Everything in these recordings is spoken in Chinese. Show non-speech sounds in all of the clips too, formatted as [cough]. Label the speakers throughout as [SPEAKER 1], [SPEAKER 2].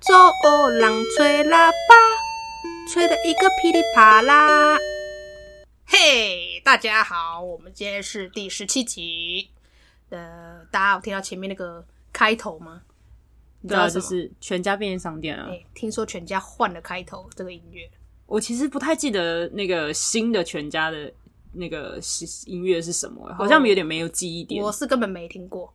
[SPEAKER 1] 手哦，人吹喇叭，吹得一个噼里啪啦。嘿，大家好，我们今天是第十七集。呃，大家有听到前面那个开头吗？你知
[SPEAKER 2] 对
[SPEAKER 1] 道
[SPEAKER 2] 啊，
[SPEAKER 1] 什
[SPEAKER 2] 就
[SPEAKER 1] 么？
[SPEAKER 2] 是全家便利商店啊。
[SPEAKER 1] 哎、听说全家换了开头这个音乐，
[SPEAKER 2] 我其实不太记得那个新的全家的那个音乐是什么、欸好像有点没有记忆点
[SPEAKER 1] 哦我。是根本没听过。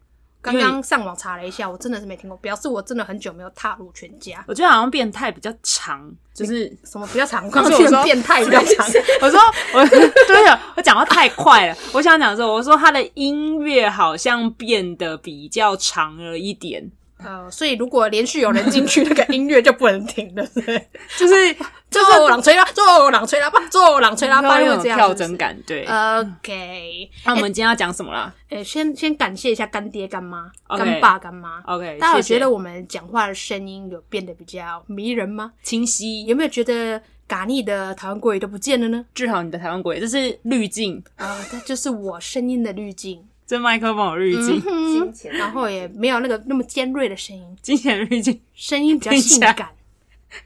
[SPEAKER 1] 刚
[SPEAKER 2] 因为
[SPEAKER 1] 刚上网查了一下，我真的是没听过，表示我真的很久没有踏入全家。
[SPEAKER 2] 我觉得好像变态比较长，就是
[SPEAKER 1] 什么比较 [laughs] 长？刚
[SPEAKER 2] 是我
[SPEAKER 1] 变
[SPEAKER 2] 说
[SPEAKER 1] 变态比较长。
[SPEAKER 2] 我说我 [laughs] 对了，我讲话太快了。我想讲说，我说他的音乐好像变得比较长了一点，
[SPEAKER 1] [laughs] 呃，所以如果连续有人进去，那个音乐就不能停了，对不对？
[SPEAKER 2] 就是
[SPEAKER 1] [laughs] 做朗吹喇，做朗吹喇叭，做朗吹喇叭，
[SPEAKER 2] 有
[SPEAKER 1] 会
[SPEAKER 2] 种
[SPEAKER 1] 这样
[SPEAKER 2] 跳
[SPEAKER 1] 是不
[SPEAKER 2] 针
[SPEAKER 1] 是呃
[SPEAKER 2] 感。对，
[SPEAKER 1] OK，
[SPEAKER 2] 那我们今天要讲什么啦
[SPEAKER 1] 呃，先先感谢一下干爹、干妈、
[SPEAKER 2] OK
[SPEAKER 1] 干爸、干妈。
[SPEAKER 2] ？OK，
[SPEAKER 1] 大家有
[SPEAKER 2] 谢谢
[SPEAKER 1] 觉得我们讲话的声音有变得比较迷人吗？
[SPEAKER 2] 清晰？
[SPEAKER 1] 有没有觉得嘎腻的台湾国语都不见了呢？
[SPEAKER 2] 治好你的台湾鬼，这是滤镜，
[SPEAKER 1] 啊、这就是我声音的滤镜，
[SPEAKER 2] 这麦克风有滤镜，
[SPEAKER 1] 嗯，然后也没有那个那么尖锐的声音，
[SPEAKER 2] 金钱滤镜。
[SPEAKER 1] 声音比较
[SPEAKER 2] 听起
[SPEAKER 1] 性
[SPEAKER 2] 来
[SPEAKER 1] 感。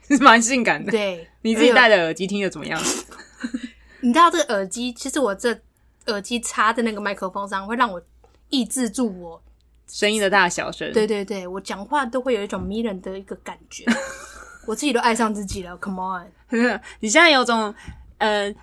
[SPEAKER 2] 是 [laughs] 蛮性感的。
[SPEAKER 1] 对，
[SPEAKER 2] 你自己
[SPEAKER 1] 而且
[SPEAKER 2] 戴的耳机听的怎么样？
[SPEAKER 1] 你知道这个耳机，其实我这耳机插在那个麦克风上，会让我抑制住我。
[SPEAKER 2] 声音的大小声，
[SPEAKER 1] 对，对对，我讲话都会有一种迷人的一个感觉，我自己都爱上自己了。Come on，
[SPEAKER 2] [laughs] 你现在有种呃，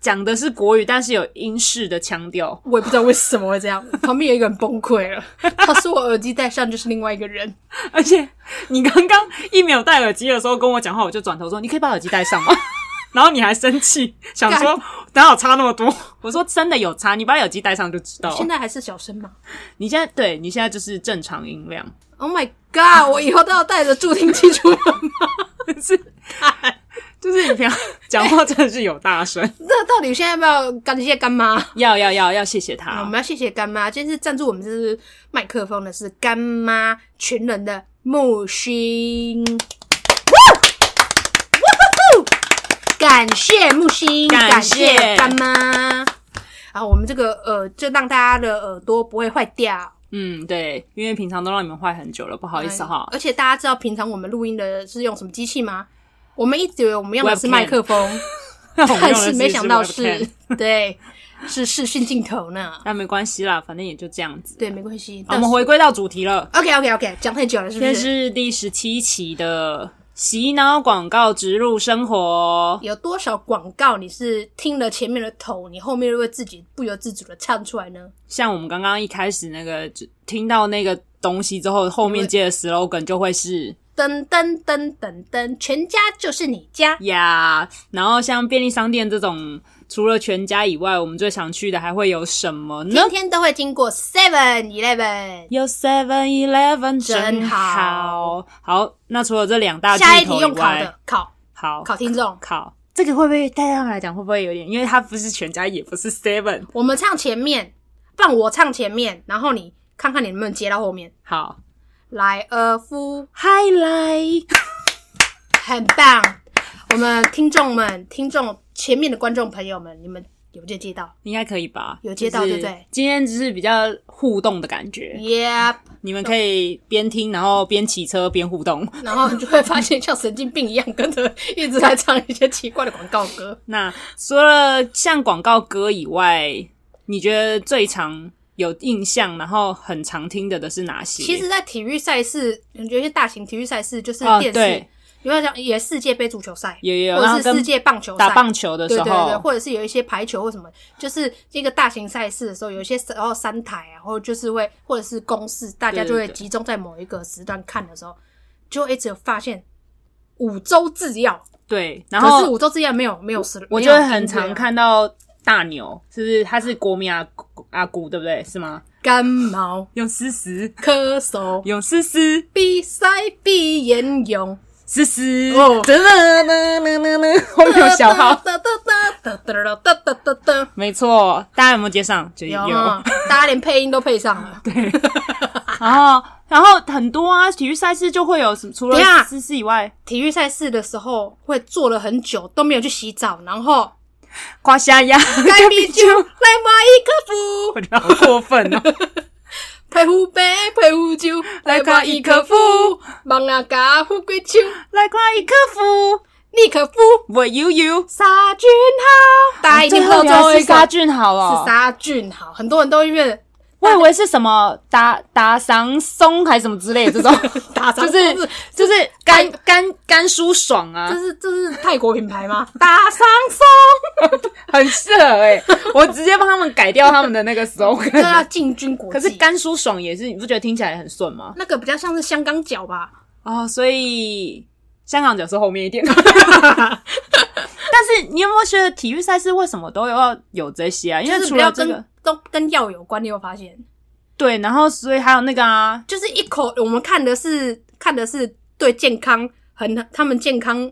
[SPEAKER 2] 讲的是国语，但是有英式的腔调。 [laughs]
[SPEAKER 1] 我也不知道为什么会这样，旁边有一个人崩溃了，他说我耳机戴上就是另外一个人。
[SPEAKER 2] 而且你刚刚一没有戴耳机的时候跟我讲话，我就转头说：“你可以把耳机戴上吗？” [laughs] 然后你还生 [laughs] 气，想说哪有差那么多？我说真的有差，你把耳机戴上就知道了。
[SPEAKER 1] 现在还是小声吗
[SPEAKER 2] 你现在对你现在就是正常音量，
[SPEAKER 1] ？Oh my god！我以后都要带着助听器出门 [laughs] 吗？
[SPEAKER 2] [laughs] 是 [laughs] 就是你平常讲话真的是有大声，
[SPEAKER 1] 那到底现在要不要感谢干妈？
[SPEAKER 2] [laughs] 要要要要谢谢他。
[SPEAKER 1] 啊，我们要谢谢干妈，今天是赞助我们这支麦克风的是干妈群人的木星。Woo！Woohoo！感谢木星，感
[SPEAKER 2] 感
[SPEAKER 1] 谢
[SPEAKER 2] 谢
[SPEAKER 1] 干妈。啊，我们这个呃，就让大家的耳朵不会坏掉。
[SPEAKER 2] 嗯，对，因为平常都让你们坏很久了，不好意思哈。 [laughs]
[SPEAKER 1] 而且大家知道平常我们录音的是用什么机器吗？我们一直以为我们用的是
[SPEAKER 2] Webcam
[SPEAKER 1] 麦克风，[laughs]
[SPEAKER 2] 但我们
[SPEAKER 1] 但
[SPEAKER 2] 用的
[SPEAKER 1] 是
[SPEAKER 2] 一
[SPEAKER 1] 没想到
[SPEAKER 2] 支
[SPEAKER 1] 是
[SPEAKER 2] webcam，
[SPEAKER 1] [laughs] 对，是视讯镜头呢。
[SPEAKER 2] 那没关系啦，反正也就这样子。
[SPEAKER 1] 对，没关系。
[SPEAKER 2] 好我们回归到主题了，
[SPEAKER 1] OK OK OK，讲太久了，是
[SPEAKER 2] 今
[SPEAKER 1] 不
[SPEAKER 2] 天
[SPEAKER 1] 是？
[SPEAKER 2] 是第十七期的洗脑广告植入生活。
[SPEAKER 1] 有多少广告你是听了前面的头，你后面就会自己不由自主的唱出来呢？
[SPEAKER 2] 像我们刚刚一开始那个只听到那个东西之后，后面接的 slogan 就会是
[SPEAKER 1] 噔噔噔噔噔，全家就是你家。
[SPEAKER 2] 呀。然后像便利商店这种，除了全家以外，我们最常去的还会有什么呢
[SPEAKER 1] 天？天都会经过 Seven Eleven。
[SPEAKER 2] 有 Seven Eleven
[SPEAKER 1] 真
[SPEAKER 2] 真
[SPEAKER 1] 好
[SPEAKER 2] 好。好，那除了这两大巨
[SPEAKER 1] 下一
[SPEAKER 2] 头
[SPEAKER 1] 题
[SPEAKER 2] 以
[SPEAKER 1] 用考
[SPEAKER 2] 外，
[SPEAKER 1] 的，考
[SPEAKER 2] 好
[SPEAKER 1] 考听众。
[SPEAKER 2] 考这个会不会大家来讲会不会有点？因为它不是全家，也不是 Seven。
[SPEAKER 1] 我们唱前面，不然我唱前面，然后你看看你能不能接到后面。呃
[SPEAKER 2] 好
[SPEAKER 1] 莱尔夫
[SPEAKER 2] ，Highlight
[SPEAKER 1] 很棒，我们听众们、听众前面的观众朋友们，你们有接接到
[SPEAKER 2] 应该可以吧？
[SPEAKER 1] 有接到
[SPEAKER 2] 就是
[SPEAKER 1] 对不对？
[SPEAKER 2] 今天只是比较互动的感觉，
[SPEAKER 1] ？Yep。
[SPEAKER 2] 你们可以边听，然后边骑车边互动。 [laughs]
[SPEAKER 1] 然后你就会发现像神经病一样跟着一直在唱一些奇怪的广告歌。
[SPEAKER 2] 那除了像广告歌以外，你觉得最常有印象，然后很常听的的是哪些？
[SPEAKER 1] 其实，在体育赛事，有一些大型体育赛事就是
[SPEAKER 2] 哦，
[SPEAKER 1] 电视
[SPEAKER 2] 对，，
[SPEAKER 1] 比如像也世界杯足球赛，
[SPEAKER 2] 也有，
[SPEAKER 1] 或
[SPEAKER 2] 然
[SPEAKER 1] 者
[SPEAKER 2] 后
[SPEAKER 1] 是世
[SPEAKER 2] 跟
[SPEAKER 1] 界棒球赛
[SPEAKER 2] 打棒球的
[SPEAKER 1] 对
[SPEAKER 2] 时
[SPEAKER 1] 对
[SPEAKER 2] 候，
[SPEAKER 1] 对，或者是有一些排球或什么，就是一个大型赛事的时候，有一些时候三台啊，或者就是会或者是公式，大家就会
[SPEAKER 2] 对对对
[SPEAKER 1] 集中在某一个时段看的时候，就会一直有发现五洲制药，
[SPEAKER 2] 对然
[SPEAKER 1] 可
[SPEAKER 2] 后
[SPEAKER 1] 是五洲制药没有没有时，
[SPEAKER 2] 我
[SPEAKER 1] 没
[SPEAKER 2] 就
[SPEAKER 1] 有
[SPEAKER 2] 会
[SPEAKER 1] 音乐
[SPEAKER 2] 很
[SPEAKER 1] 啊
[SPEAKER 2] 常看到大牛，是不是？他是国民阿姑阿姑，对不对？是吗？
[SPEAKER 1] 感冒、
[SPEAKER 2] 用思思，
[SPEAKER 1] 咳 [laughs] 嗽、
[SPEAKER 2] 用思思，
[SPEAKER 1] 比赛闭眼用，
[SPEAKER 2] 思思，
[SPEAKER 1] 哦
[SPEAKER 2] 真的呢呢呢呢，后面有哎小号，
[SPEAKER 1] 哒哒哒哒哒哒哒哒哒哒，
[SPEAKER 2] 没错，大家有没有接上？就
[SPEAKER 1] 有啊，大家连配音都配上
[SPEAKER 2] [laughs]
[SPEAKER 1] 了。
[SPEAKER 2] 然后，然后很多啊，体育赛事就会有什么，除了
[SPEAKER 1] 等一下
[SPEAKER 2] 思思以外，
[SPEAKER 1] 体育赛事的时候会坐了很久都没有去洗澡，然后
[SPEAKER 2] 夸虾鸭，
[SPEAKER 1] 该啤酒来买一克 [laughs]
[SPEAKER 2] 我觉得好过分哦。
[SPEAKER 1] 服，佩壶杯，佩壶酒，
[SPEAKER 2] 来看伊可夫，
[SPEAKER 1] 望啊家富贵手，
[SPEAKER 2] 来看伊可夫，
[SPEAKER 1] 你可夫
[SPEAKER 2] 我悠悠，
[SPEAKER 1] 杀菌
[SPEAKER 2] 哦
[SPEAKER 1] 好，大家一定都知道
[SPEAKER 2] 是
[SPEAKER 1] 这
[SPEAKER 2] 杀
[SPEAKER 1] 个
[SPEAKER 2] 菌好
[SPEAKER 1] 是
[SPEAKER 2] 哦。
[SPEAKER 1] 杀菌好，很多人都认
[SPEAKER 2] 我以为是什么打打sáng松还是什么之类的这 [laughs] 种，
[SPEAKER 1] 打
[SPEAKER 2] 就
[SPEAKER 1] 伤
[SPEAKER 2] 是
[SPEAKER 1] 是
[SPEAKER 2] 就是干干干舒爽啊
[SPEAKER 1] 这，是这是泰国品牌
[SPEAKER 2] [laughs]
[SPEAKER 1] 吗？打伤松，
[SPEAKER 2] 很适合哎、我直接帮他们改掉他们的那个
[SPEAKER 1] 这
[SPEAKER 2] slogan。
[SPEAKER 1] 要进军国
[SPEAKER 2] 啊可是
[SPEAKER 1] 际。
[SPEAKER 2] 干舒爽也是，你不觉得听起来很顺吗？
[SPEAKER 1] 那个比较像是香港脚吧，
[SPEAKER 2] 哦，所以香港脚是后面一 [laughs] 点。但是你有没有觉得体育赛事为什么都要有这些啊？因
[SPEAKER 1] 就
[SPEAKER 2] 为
[SPEAKER 1] 是
[SPEAKER 2] 除
[SPEAKER 1] 比较
[SPEAKER 2] 了这
[SPEAKER 1] 跟、
[SPEAKER 2] 个，
[SPEAKER 1] 都跟药有关，你有发现？
[SPEAKER 2] 对，然后所以还有那个啊，
[SPEAKER 1] 就是一口我们看的是看的是对健康很他们健康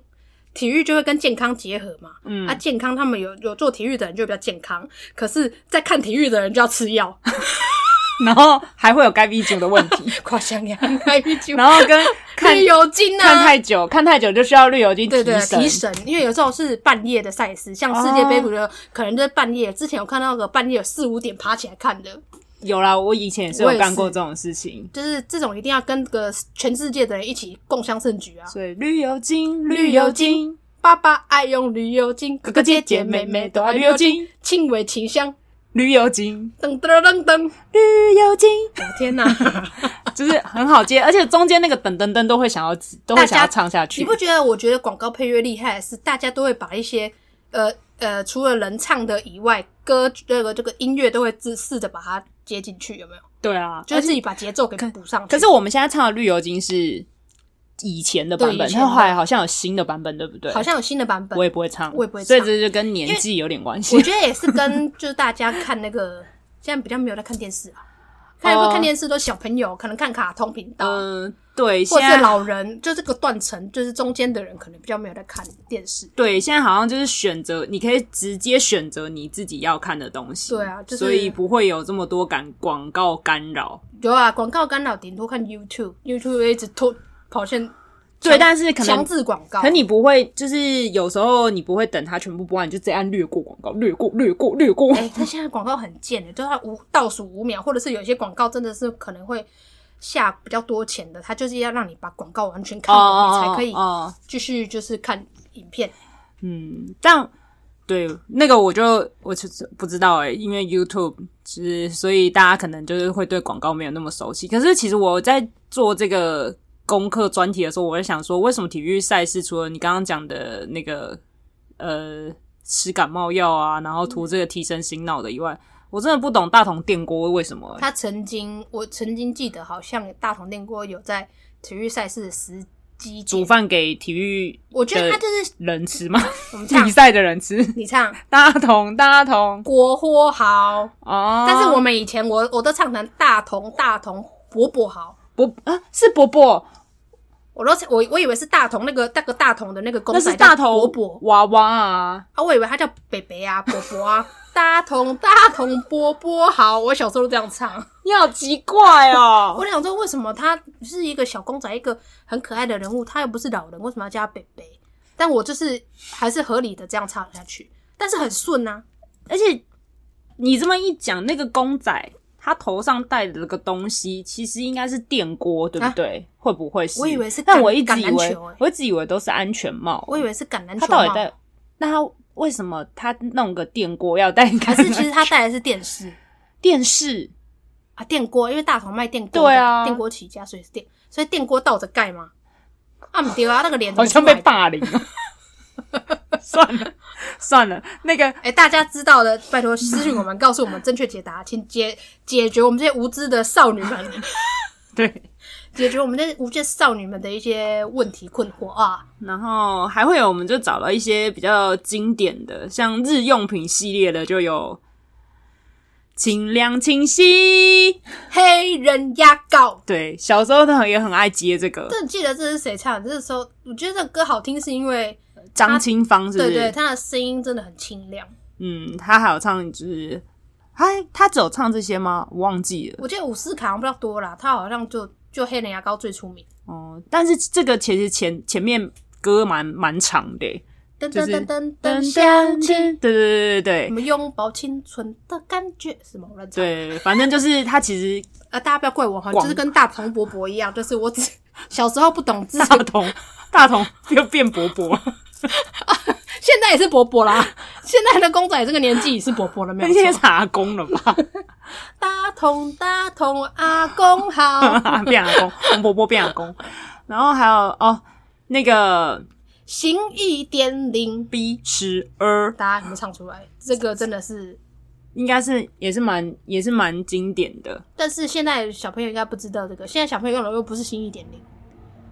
[SPEAKER 1] 体育就会跟健康结合嘛，
[SPEAKER 2] 嗯
[SPEAKER 1] 啊健康他们有有做体育的人就比较健康，可是在看体育的人就要吃
[SPEAKER 2] [laughs]
[SPEAKER 1] 药，
[SPEAKER 2] 然后还会有该 B 组的问 [laughs] 题，
[SPEAKER 1] 夸张呀，看一句
[SPEAKER 2] 然后跟看
[SPEAKER 1] 绿油精啊，
[SPEAKER 2] 看太久，看太久就需要绿油精
[SPEAKER 1] 对对
[SPEAKER 2] 神。
[SPEAKER 1] 提神，因为有时候是半夜的赛事，像世界杯，
[SPEAKER 2] 哦
[SPEAKER 1] 我觉得可能就是半夜。之前有看到个半夜有四五点爬起来看的，
[SPEAKER 2] 有啦，我以前也是
[SPEAKER 1] 我
[SPEAKER 2] 有
[SPEAKER 1] 也
[SPEAKER 2] 干过
[SPEAKER 1] 是
[SPEAKER 2] 这种事情。
[SPEAKER 1] 就是这种一定要跟个全世界的人一起共襄盛举啊！
[SPEAKER 2] 所以绿油精，
[SPEAKER 1] 绿
[SPEAKER 2] 绿
[SPEAKER 1] 油
[SPEAKER 2] 油
[SPEAKER 1] 精
[SPEAKER 2] 精，
[SPEAKER 1] 爸爸爱用绿油精，哥哥
[SPEAKER 2] 哥哥
[SPEAKER 1] 姐
[SPEAKER 2] 姐
[SPEAKER 1] 姐
[SPEAKER 2] 姐
[SPEAKER 1] 妹
[SPEAKER 2] 妹
[SPEAKER 1] 妹
[SPEAKER 2] 妹
[SPEAKER 1] 都
[SPEAKER 2] 都
[SPEAKER 1] 爱
[SPEAKER 2] 爱
[SPEAKER 1] 绿
[SPEAKER 2] 绿
[SPEAKER 1] 油
[SPEAKER 2] 油
[SPEAKER 1] 精
[SPEAKER 2] 精，
[SPEAKER 1] 沁为清香，
[SPEAKER 2] 绿油精，
[SPEAKER 1] 噔噔噔噔！
[SPEAKER 2] 绿油精，
[SPEAKER 1] 我天哪，
[SPEAKER 2] [laughs] 就是很好接，而且中间那个噔噔噔都会想要都会
[SPEAKER 1] 大
[SPEAKER 2] 想
[SPEAKER 1] 家
[SPEAKER 2] 要唱下去。
[SPEAKER 1] [laughs] 你不觉得？我觉得广告配乐厉害的是，大家都会把一些呃呃，除了人唱的以外，歌这个这个音乐都会自试着把它接进去，有没有？
[SPEAKER 2] 对啊，
[SPEAKER 1] 就是自己把节奏给补上去。
[SPEAKER 2] 可是我们现在唱的绿油精是以前的版
[SPEAKER 1] 对
[SPEAKER 2] 本，
[SPEAKER 1] 以前的
[SPEAKER 2] 它后来好像有新的版本，对不对？
[SPEAKER 1] 好像有新的版本，
[SPEAKER 2] 我也不会唱，
[SPEAKER 1] 我也不会唱
[SPEAKER 2] 所以这就跟年纪有点关系
[SPEAKER 1] 我。觉得也是跟就是大家看那个现在比较没有在看电视啊，看会
[SPEAKER 2] 哦
[SPEAKER 1] 看电视都小朋友可能看卡通频
[SPEAKER 2] [laughs]
[SPEAKER 1] 道，
[SPEAKER 2] 嗯、对，现
[SPEAKER 1] 或者是
[SPEAKER 2] 在
[SPEAKER 1] 老人，就这个断层，就是中间的人可能比较没有在看电视。
[SPEAKER 2] 对现在好像就是选择，你可以直接选择你自己要看的东西。
[SPEAKER 1] 对啊就是
[SPEAKER 2] 所以不会有这么多感广告干扰。
[SPEAKER 1] 有啊，广告干扰顶多看 YouTube，YouTube 会一直拖跑线
[SPEAKER 2] 对，但是可
[SPEAKER 1] 强
[SPEAKER 2] 能。
[SPEAKER 1] 制广告
[SPEAKER 2] 可。你不会，就是有时候你不会等它全部播完，你就直接按略过广告，略过，略过，略过。
[SPEAKER 1] 哎、他现在广告很贱的，就是它五倒数五秒，或者是有一些广告真的是可能会下比较多钱的，他就是要让你把广告完全看完，你才可以
[SPEAKER 2] 哦
[SPEAKER 1] 继续就是看影片。
[SPEAKER 2] 嗯，但对那个我就我其实不知道哎、因为 YouTube 是所以大家可能就是会对广告没有那么熟悉。可是其实我在做这个功课专题的时候，我在想说，为什么体育赛事除了你刚刚讲的那个呃吃感冒药啊，然后涂这个提神醒脑的以外，我真的不懂大同电锅为
[SPEAKER 1] [laughs]
[SPEAKER 2] 什么、欸。
[SPEAKER 1] 他曾经，我曾经记得好像大同电锅有在体育赛事的时机
[SPEAKER 2] 煮
[SPEAKER 1] 点，
[SPEAKER 2] 饭给体育
[SPEAKER 1] 我觉得他就是
[SPEAKER 2] 人吃吗？ [laughs]
[SPEAKER 1] 我们唱
[SPEAKER 2] 比，赛的人吃，
[SPEAKER 1] 你唱
[SPEAKER 2] 大同大同
[SPEAKER 1] 国货豪，
[SPEAKER 2] 哦。
[SPEAKER 1] 但是我们以前我我都唱成大同大同伯伯豪，
[SPEAKER 2] 伯啊是伯伯，
[SPEAKER 1] 我都我我以为是大同那个那个大同的那个公
[SPEAKER 2] 那
[SPEAKER 1] 仔
[SPEAKER 2] 是大
[SPEAKER 1] 叫
[SPEAKER 2] 头
[SPEAKER 1] 伯伯
[SPEAKER 2] 娃娃啊，
[SPEAKER 1] 啊，我以为他叫北北啊伯伯
[SPEAKER 2] [laughs]
[SPEAKER 1] 啊，大同大同伯伯豪，我小时候都这样唱。
[SPEAKER 2] 你好奇怪哦。 [laughs]
[SPEAKER 1] 我想说，为什么他是一个小公仔，一个很可爱的人物，他又不是老人，为什么要叫他北北？但我就是还是合理的这样唱下去，但是很顺啊呐、
[SPEAKER 2] 而且你这么一讲，那个公仔他头上戴的那个东西，其实应该是电锅，对不对？会不会是？
[SPEAKER 1] 啊我以为是
[SPEAKER 2] 但
[SPEAKER 1] 橄
[SPEAKER 2] 我一直以
[SPEAKER 1] 橄榄
[SPEAKER 2] 为
[SPEAKER 1] 球欸，
[SPEAKER 2] 我一直以为都是安全帽。
[SPEAKER 1] 我以为是橄榄球
[SPEAKER 2] 他到底
[SPEAKER 1] 帽
[SPEAKER 2] 戴？那他为什么他弄个电锅要戴？
[SPEAKER 1] 还是其实他戴的是电视
[SPEAKER 2] 电视？
[SPEAKER 1] 啊，电锅，因为大同卖电锅的，
[SPEAKER 2] 对啊
[SPEAKER 1] 电锅起家，所以是电，所以电锅倒着盖嘛。啊，不对啊，那个脸怎
[SPEAKER 2] 好
[SPEAKER 1] 么
[SPEAKER 2] 像被
[SPEAKER 1] 出来的。
[SPEAKER 2] 霸凌了。 [laughs] 算了算了，那个
[SPEAKER 1] 哎、大家知道的，拜托私信我们，告诉我们正确解答，请解解决我们这些无知的少女们， [laughs]
[SPEAKER 2] 对。
[SPEAKER 1] 解决我们这些无知的少女们的一些问题困惑啊。
[SPEAKER 2] 然后还会有，我们就找到一些比较经典的，像日用品系列的，就有清凉清晰。
[SPEAKER 1] 黑人牙膏。
[SPEAKER 2] 对，小时候他也很爱接这个，
[SPEAKER 1] 真的记得这是谁唱的？这时候我觉得这歌好听，是因为
[SPEAKER 2] 张清芳是不是？
[SPEAKER 1] 对对，他的声音真的很清亮。
[SPEAKER 2] 嗯，他还有唱就是，他他只有唱这些吗？我忘记了。
[SPEAKER 1] 我记得伍思凯好像不知道多啦，他好像就就黑人牙膏最出名。
[SPEAKER 2] 哦、但是这个其实前前面歌蛮蛮长的欸，
[SPEAKER 1] 噔
[SPEAKER 2] 就
[SPEAKER 1] 噔
[SPEAKER 2] 是
[SPEAKER 1] 噔噔噔响起，
[SPEAKER 2] 对对对对
[SPEAKER 1] 我
[SPEAKER 2] 对
[SPEAKER 1] 们拥抱青春的感觉，什么乱唱？
[SPEAKER 2] 对对，反正就是它
[SPEAKER 1] [laughs]
[SPEAKER 2] 其实
[SPEAKER 1] 啊，大家不要怪我哈，
[SPEAKER 2] 广
[SPEAKER 1] 就是跟大同伯伯一样，就是我只小时候不懂字，
[SPEAKER 2] 大同大同又变伯伯，
[SPEAKER 1] [laughs] 现在也是伯伯啦。现在的公仔这个年纪也是伯伯了，没 [laughs]
[SPEAKER 2] 那些
[SPEAKER 1] 有
[SPEAKER 2] 是
[SPEAKER 1] 错。
[SPEAKER 2] 阿公了吧？
[SPEAKER 1] 大同大同，阿公好，
[SPEAKER 2] [laughs] 变阿公，洪伯伯变阿公，然后还有哦那个
[SPEAKER 1] 行一点零。
[SPEAKER 2] B 十二
[SPEAKER 1] 大家有没有唱出来？这个真的是，
[SPEAKER 2] 呃应该是也是蛮也是蛮经典的，
[SPEAKER 1] 但是现在小朋友应该不知道这个。现在小朋友用的又不是新一点零，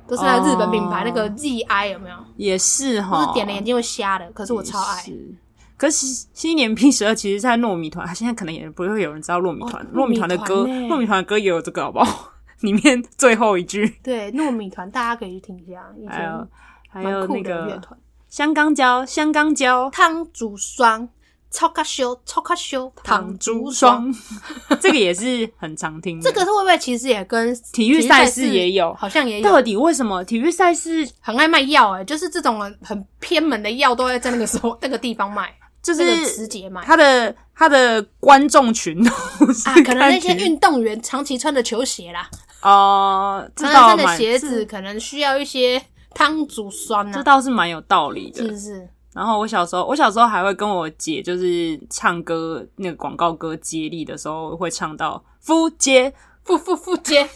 [SPEAKER 1] 都是那个日本品牌、
[SPEAKER 2] 哦
[SPEAKER 1] 那个 ZI 有没有？
[SPEAKER 2] 也是
[SPEAKER 1] 就
[SPEAKER 2] 哈，
[SPEAKER 1] 是点了眼睛会瞎的，可哦是我超爱
[SPEAKER 2] 也。是。可是新年 [laughs] P 十二其实，在糯米团，现在可能也不会有人知道糯米团。
[SPEAKER 1] 哦
[SPEAKER 2] 糯米团的歌，
[SPEAKER 1] 糯米团欸
[SPEAKER 2] 糯米团的歌也有这个，好不好？ [laughs] 里面最后一句，
[SPEAKER 1] 对，糯米团大家可以去听一下，以
[SPEAKER 2] 还有
[SPEAKER 1] 前
[SPEAKER 2] 还有
[SPEAKER 1] 蛮酷
[SPEAKER 2] 那
[SPEAKER 1] 的乐
[SPEAKER 2] 个
[SPEAKER 1] 团。
[SPEAKER 2] 香港胶，香港胶，
[SPEAKER 1] 汤竹霜，超卡修，超卡修，
[SPEAKER 2] 糖珠霜，， [laughs] 这个也是很常听的。
[SPEAKER 1] 这个会不会其实也跟
[SPEAKER 2] 体育赛事也有
[SPEAKER 1] 好像也有
[SPEAKER 2] 到底为什么体育赛事
[SPEAKER 1] 很爱卖药哎、就是这种很偏门的药都会在那个时候 [laughs] 那个地方卖，
[SPEAKER 2] 就
[SPEAKER 1] 那个时
[SPEAKER 2] 是
[SPEAKER 1] 节卖。
[SPEAKER 2] 他的他的观众群都是
[SPEAKER 1] 啊，可能那些
[SPEAKER 2] 看体育
[SPEAKER 1] 运动员长期穿的球鞋啦，
[SPEAKER 2] 哦，知
[SPEAKER 1] 长期
[SPEAKER 2] 道
[SPEAKER 1] 穿的
[SPEAKER 2] 蛮
[SPEAKER 1] 鞋子可能需要一些汤竹酸
[SPEAKER 2] 这
[SPEAKER 1] 啊，
[SPEAKER 2] 倒是蛮有道理的
[SPEAKER 1] 是。不是？ [laughs]
[SPEAKER 2] 然后我小时候，我小时候还会跟我姐就是唱歌那个广告歌接力的时候，会唱到“夫接
[SPEAKER 1] 复复复接，”，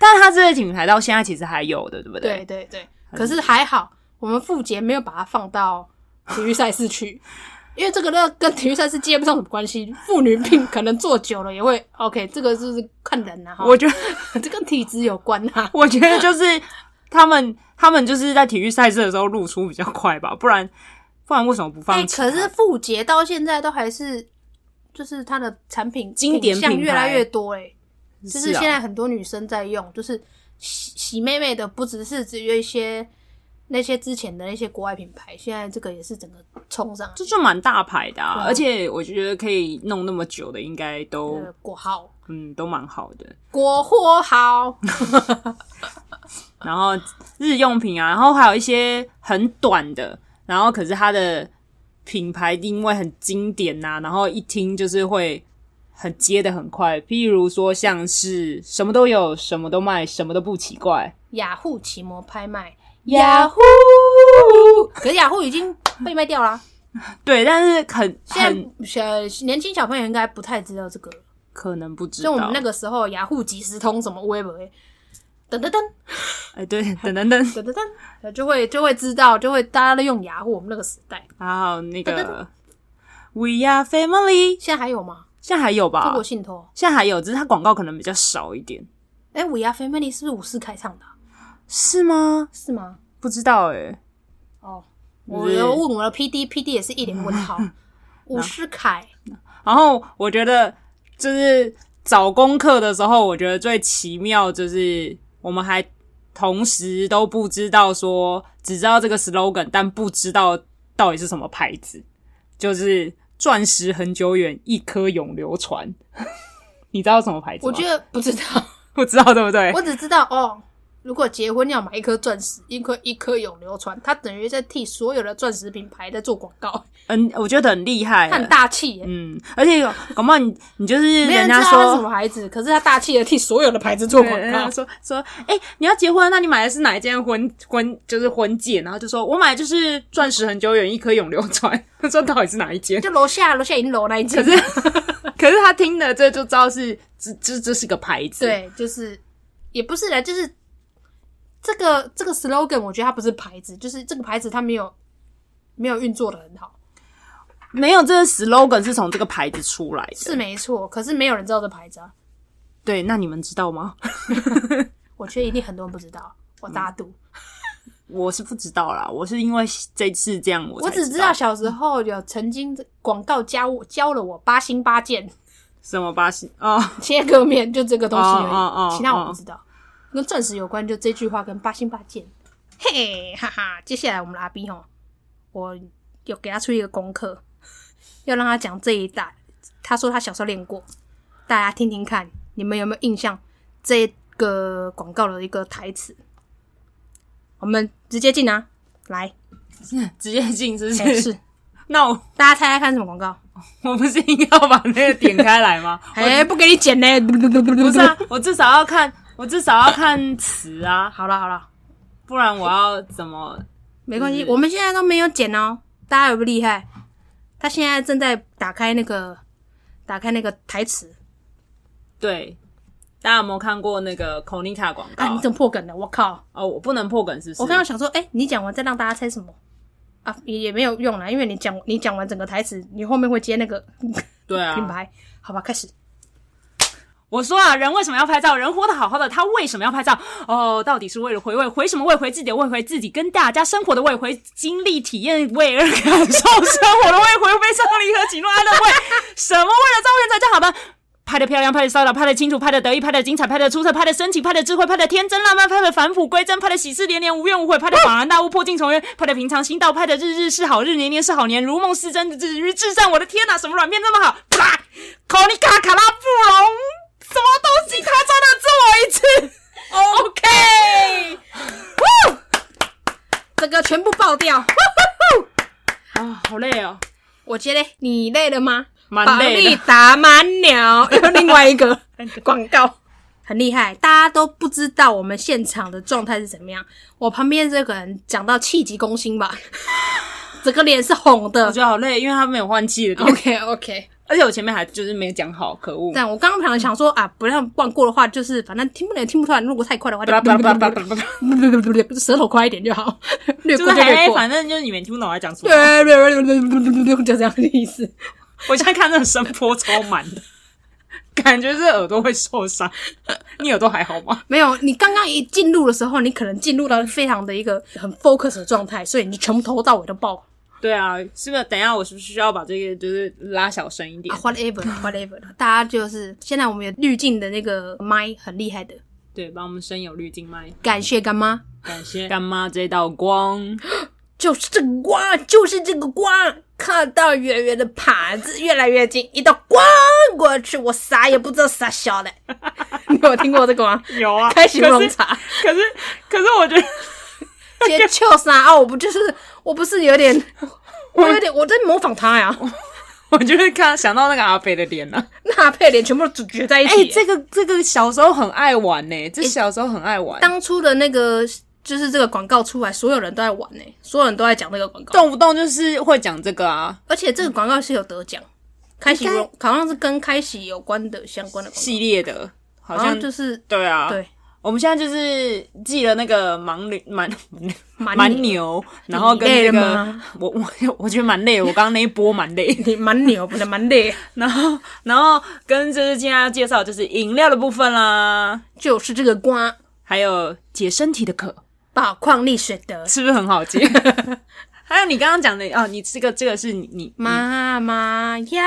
[SPEAKER 2] 但是它这个品牌到现在其实还有的，对不
[SPEAKER 1] 对
[SPEAKER 2] 对？
[SPEAKER 1] 对对。可是还好，我们复节没有把它放到体育赛事去， [laughs] 因为这个呢跟体育赛事接不上什么关系。妇女病可能坐久了也会 OK，这个就是看人啊，哈
[SPEAKER 2] 我觉得，
[SPEAKER 1] [laughs]
[SPEAKER 2] [laughs]
[SPEAKER 1] 这跟体质有关啊。
[SPEAKER 2] 我觉得就是他们，他们就是在体育赛事的时候露出比较快吧，不然不然为什么不放啊
[SPEAKER 1] 哎、
[SPEAKER 2] 其他？
[SPEAKER 1] 可是复节到现在都还是，就是它的产品
[SPEAKER 2] 经典
[SPEAKER 1] 品项
[SPEAKER 2] 品牌
[SPEAKER 1] 越来越多哎、就是
[SPEAKER 2] 啊
[SPEAKER 1] 现在很多女生在用，就是洗洗妹妹的，不只是只有一些那些之前的那些国外品牌，现在这个也是整个冲上来，
[SPEAKER 2] 这就蛮大牌的、
[SPEAKER 1] 对
[SPEAKER 2] 啊，
[SPEAKER 1] 啊
[SPEAKER 2] 而且我觉得可以弄那么久的，应该都
[SPEAKER 1] 呃，国号
[SPEAKER 2] 嗯都蛮好的。
[SPEAKER 1] 国货好，
[SPEAKER 2] 然后日用品啊，然后还有一些很短的，然后可是它的品牌因为很经典呐、然后一听就是会很接的很快。譬如说像是什么都有，什么都卖，什么都不奇怪。
[SPEAKER 1] 雅虎奇摩拍卖，
[SPEAKER 2] 呀呼，
[SPEAKER 1] 可是雅虎已经被卖掉啦。
[SPEAKER 2] 对，但是很很
[SPEAKER 1] 现在小年轻小朋友应该不太知道这个了，
[SPEAKER 2] 可能不知
[SPEAKER 1] 所
[SPEAKER 2] 道。
[SPEAKER 1] 以我们那个时候雅虎即时通什么微博，欸等等等
[SPEAKER 2] 哎，对，等等
[SPEAKER 1] [laughs]
[SPEAKER 2] 等，
[SPEAKER 1] 等等等，就会就会知道，就会大家都用雅虎。我们那个时代，
[SPEAKER 2] 然后那
[SPEAKER 1] 等
[SPEAKER 2] 个 We Are Family，
[SPEAKER 1] 现在还有吗？
[SPEAKER 2] 现在还有
[SPEAKER 1] 中
[SPEAKER 2] 吧
[SPEAKER 1] 国？信托，
[SPEAKER 2] 现在还有，只是它广告可能比较少一点，
[SPEAKER 1] 哎、五牙 Family 是不是五四开唱的啊、
[SPEAKER 2] 是吗？
[SPEAKER 1] 是吗？
[SPEAKER 2] 不知道哎、
[SPEAKER 1] 哦，嗯我
[SPEAKER 2] 是
[SPEAKER 1] 有问我的 PD，PD 也是一脸问号。伍思凯，
[SPEAKER 2] 然后我觉得就是找功课的时候，我觉得最奇妙就是我们还同时都不知道说，只知道这个 slogan，但不知道到底是什么牌子，就是钻石恒久远，一颗永流传。 [laughs] 你知道什么牌子吗？
[SPEAKER 1] 我觉得不知道，
[SPEAKER 2] 不知道，对不对
[SPEAKER 1] 我？只知道哦，如果结婚要买一颗钻石，一颗一颗永流传，他等于在替所有的钻石品牌在做广告，
[SPEAKER 2] 嗯，我觉得很厉害
[SPEAKER 1] 他。很大气耶。
[SPEAKER 2] 嗯，而且有搞不好你你就是
[SPEAKER 1] 没有人
[SPEAKER 2] 人
[SPEAKER 1] 知道他
[SPEAKER 2] 家
[SPEAKER 1] 是什
[SPEAKER 2] 说
[SPEAKER 1] 么牌子，可是他大气的替所有的牌子做广
[SPEAKER 2] 对，然
[SPEAKER 1] 告
[SPEAKER 2] 后。说说，哎、你要结婚，那你买的是哪一件婚婚就是婚戒？然后就说我买的就是钻石恒久远，一颗永流传。 [laughs] 他说到底是哪一件？
[SPEAKER 1] 就楼下楼下银楼那一
[SPEAKER 2] 可
[SPEAKER 1] 间，
[SPEAKER 2] 是 [laughs] 可是他听了这就知道是这这这是个牌子，，
[SPEAKER 1] 对，就是也不是啦，就是这个这个 slogan，我觉得它不是牌子，就是这个牌子它没有没有运作的很好，
[SPEAKER 2] 没有这个 slogan 是从这个牌子出来的。
[SPEAKER 1] 是没错，可是没有人知道这牌子啊，
[SPEAKER 2] 对，那你们知道吗？
[SPEAKER 1] 我觉得一定很多人不知道，我打赌，
[SPEAKER 2] 我是不知道啦，我是因为这次这样我
[SPEAKER 1] 我
[SPEAKER 2] 才
[SPEAKER 1] 只
[SPEAKER 2] 知嗯
[SPEAKER 1] 知道小时候有曾经广告教我教了我八星八件 [laughs]
[SPEAKER 2] 什么巴西哦， [laughs]
[SPEAKER 1] 切割面就这个东西而已，
[SPEAKER 2] 哦哦哦
[SPEAKER 1] 其他我不知道，跟钻石有关就这句话跟八星八件，嘿哈哈，接下来我们的阿 B 吼，我有给他出一个功课，要让他讲这一代。他说他小时候练过，大家听听看，你们有没有印象这个广告的一个台词？我们直接进啊！来，
[SPEAKER 2] 直接进是不
[SPEAKER 1] 哎
[SPEAKER 2] 是？ [laughs]
[SPEAKER 1] 是，
[SPEAKER 2] 那我
[SPEAKER 1] 大家猜猜看什么广告？
[SPEAKER 2] 我不是应该要把那个点开
[SPEAKER 1] [laughs]
[SPEAKER 2] 来吗？
[SPEAKER 1] 哎，不给你剪呢，
[SPEAKER 2] 不
[SPEAKER 1] 不 [laughs]
[SPEAKER 2] 是啊，我至少要看，我至少要看词啊，
[SPEAKER 1] 好了好了，
[SPEAKER 2] 不然我要怎么？
[SPEAKER 1] 没关系，我们现在都没有剪哦。大家有不厉害？他现在正在打开那个，打开那个台词
[SPEAKER 2] 对，大家有没有看过那个 Konica 广告？
[SPEAKER 1] 啊！你怎么破梗了？我靠！
[SPEAKER 2] 哦，我不能破梗，是不是？
[SPEAKER 1] 我刚刚想说，哎、你讲完再让大家猜什么啊？也也没有用啦，因为你讲你讲完整个台词，你后面会接那个
[SPEAKER 2] 对
[SPEAKER 1] 品
[SPEAKER 2] 啊，
[SPEAKER 1] 牌，好吧？开始，
[SPEAKER 2] 我说啊，人为什么要拍照？人活得好好的，他为什么要拍照？哦，到底是为了回味，回什么味？回自己的味，回自己跟大家生活的味，回经历体验味，而感受生活的味，回悲伤离合喜怒哀乐味。什么为了照片才叫好呢？拍的漂亮，拍的骚扰，拍的清楚，拍的得意，拍的精彩，拍的出色，拍的深情，拍的智慧，拍的天真浪漫，拍的返璞归真，拍的喜事连连，无怨无悔，拍的恍然大悟，破镜重圆，拍的平常心道，拍的日日是好日，年年是好年，如梦似真，日日至善。我的天哪，什么软片这么好？啪！考尼卡卡拉布隆，什么东西？他真
[SPEAKER 1] [laughs]
[SPEAKER 2] 的只我一次。OK，
[SPEAKER 1] 整个全部爆 [laughs] 掉。
[SPEAKER 2] 啊，好累哦。
[SPEAKER 1] 我觉得你累了吗？
[SPEAKER 2] 蛮累的
[SPEAKER 1] 保利达满鸟， [laughs] 又另外一个广告，很厉害，大家都不知道我们现场的状态是怎么样。我旁边这个人讲到气急攻心
[SPEAKER 2] [laughs]
[SPEAKER 1] 吧，整个脸是红
[SPEAKER 2] [laughs] 我
[SPEAKER 1] 的。 [laughs]
[SPEAKER 2] 觉得好累，因为他没有换气的地方，
[SPEAKER 1] OK OK。
[SPEAKER 2] 而且我前面还就是没讲好，可恶。
[SPEAKER 1] 但我刚刚本来想说啊，不让忘过的话，就是反正听不了听不出来，如果太快的话，就
[SPEAKER 2] 巴拉巴拉巴拉巴拉巴拉 [laughs]
[SPEAKER 1] [laughs] 舌头快一点就好，略
[SPEAKER 2] 就
[SPEAKER 1] 过
[SPEAKER 2] 是
[SPEAKER 1] 就略
[SPEAKER 2] 哎，
[SPEAKER 1] [laughs] 过。
[SPEAKER 2] 反正就是你们听不懂我在讲 [laughs] 什么。
[SPEAKER 1] 对，就这样的意思。
[SPEAKER 2] 我现在看那个声波超满的， [laughs] 感觉是耳朵会受伤。 [laughs] 你耳朵还好吗？
[SPEAKER 1] 没有，你刚刚一进入的时候，你可能进入到非常的一个很 focus 的状态，所以你全部头到尾都爆。
[SPEAKER 2] 对啊，是不是？等一下，我是不是需要把这个就是拉小声一
[SPEAKER 1] [laughs]
[SPEAKER 2] 点？
[SPEAKER 1] Whatever，whatever，大家就是现在我们有滤镜的那个麦很厉害的，
[SPEAKER 2] 对，帮我们声有滤镜麦，
[SPEAKER 1] 感谢干妈，
[SPEAKER 2] 感谢 [laughs] 干妈这道光。
[SPEAKER 1] 就是这个光，就是这个光，看到圆圆的盘子越来越近，一道光过去，我啥也不知道啥小的。 [laughs] 你有听过这个吗？
[SPEAKER 2] [laughs] 有啊，
[SPEAKER 1] 开始
[SPEAKER 2] 可
[SPEAKER 1] 弄
[SPEAKER 2] 是
[SPEAKER 1] 茶，
[SPEAKER 2] 可是可是我觉得
[SPEAKER 1] [laughs]
[SPEAKER 2] [laughs]
[SPEAKER 1] 接秋啥啊？我不就是我不是有点，我有点我在模仿他呀，
[SPEAKER 2] 我就是看想到那个阿北的脸了、啊。
[SPEAKER 1] 那配脸全部都举在一
[SPEAKER 2] 哎、 [laughs]
[SPEAKER 1] 起。
[SPEAKER 2] 这个这个小时候很爱玩呢、这小时候很爱玩，
[SPEAKER 1] 当初的那个就是这个广告出来，所有人都在玩呢、所有人都在讲这个广告，
[SPEAKER 2] 动不动就是会讲这个啊
[SPEAKER 1] 而且这个广告是有得奖，开喜
[SPEAKER 2] 应该
[SPEAKER 1] 荣好像是跟开喜有关的相关的广
[SPEAKER 2] 系列的，好
[SPEAKER 1] 告，好
[SPEAKER 2] 像
[SPEAKER 1] 像就是
[SPEAKER 2] 对啊，
[SPEAKER 1] 对。
[SPEAKER 2] 我们现在就是记了那个蛮牛蛮
[SPEAKER 1] 蛮
[SPEAKER 2] 蛮牛，然后跟
[SPEAKER 1] 累
[SPEAKER 2] 那
[SPEAKER 1] 了
[SPEAKER 2] 个
[SPEAKER 1] 吗
[SPEAKER 2] 我我我觉得蛮累，我刚刚那一波蛮累。
[SPEAKER 1] 你蛮牛， [laughs] 不是蛮累，
[SPEAKER 2] [laughs] 然后然后跟就是今天要介绍就是饮料的部分啦，
[SPEAKER 1] 就是这个瓜
[SPEAKER 2] 还有解身体的渴，
[SPEAKER 1] 宝矿力水的
[SPEAKER 2] 是不是很好记？ [laughs] 还有你刚刚讲的哦，你这个这个是你你
[SPEAKER 1] 妈妈呀，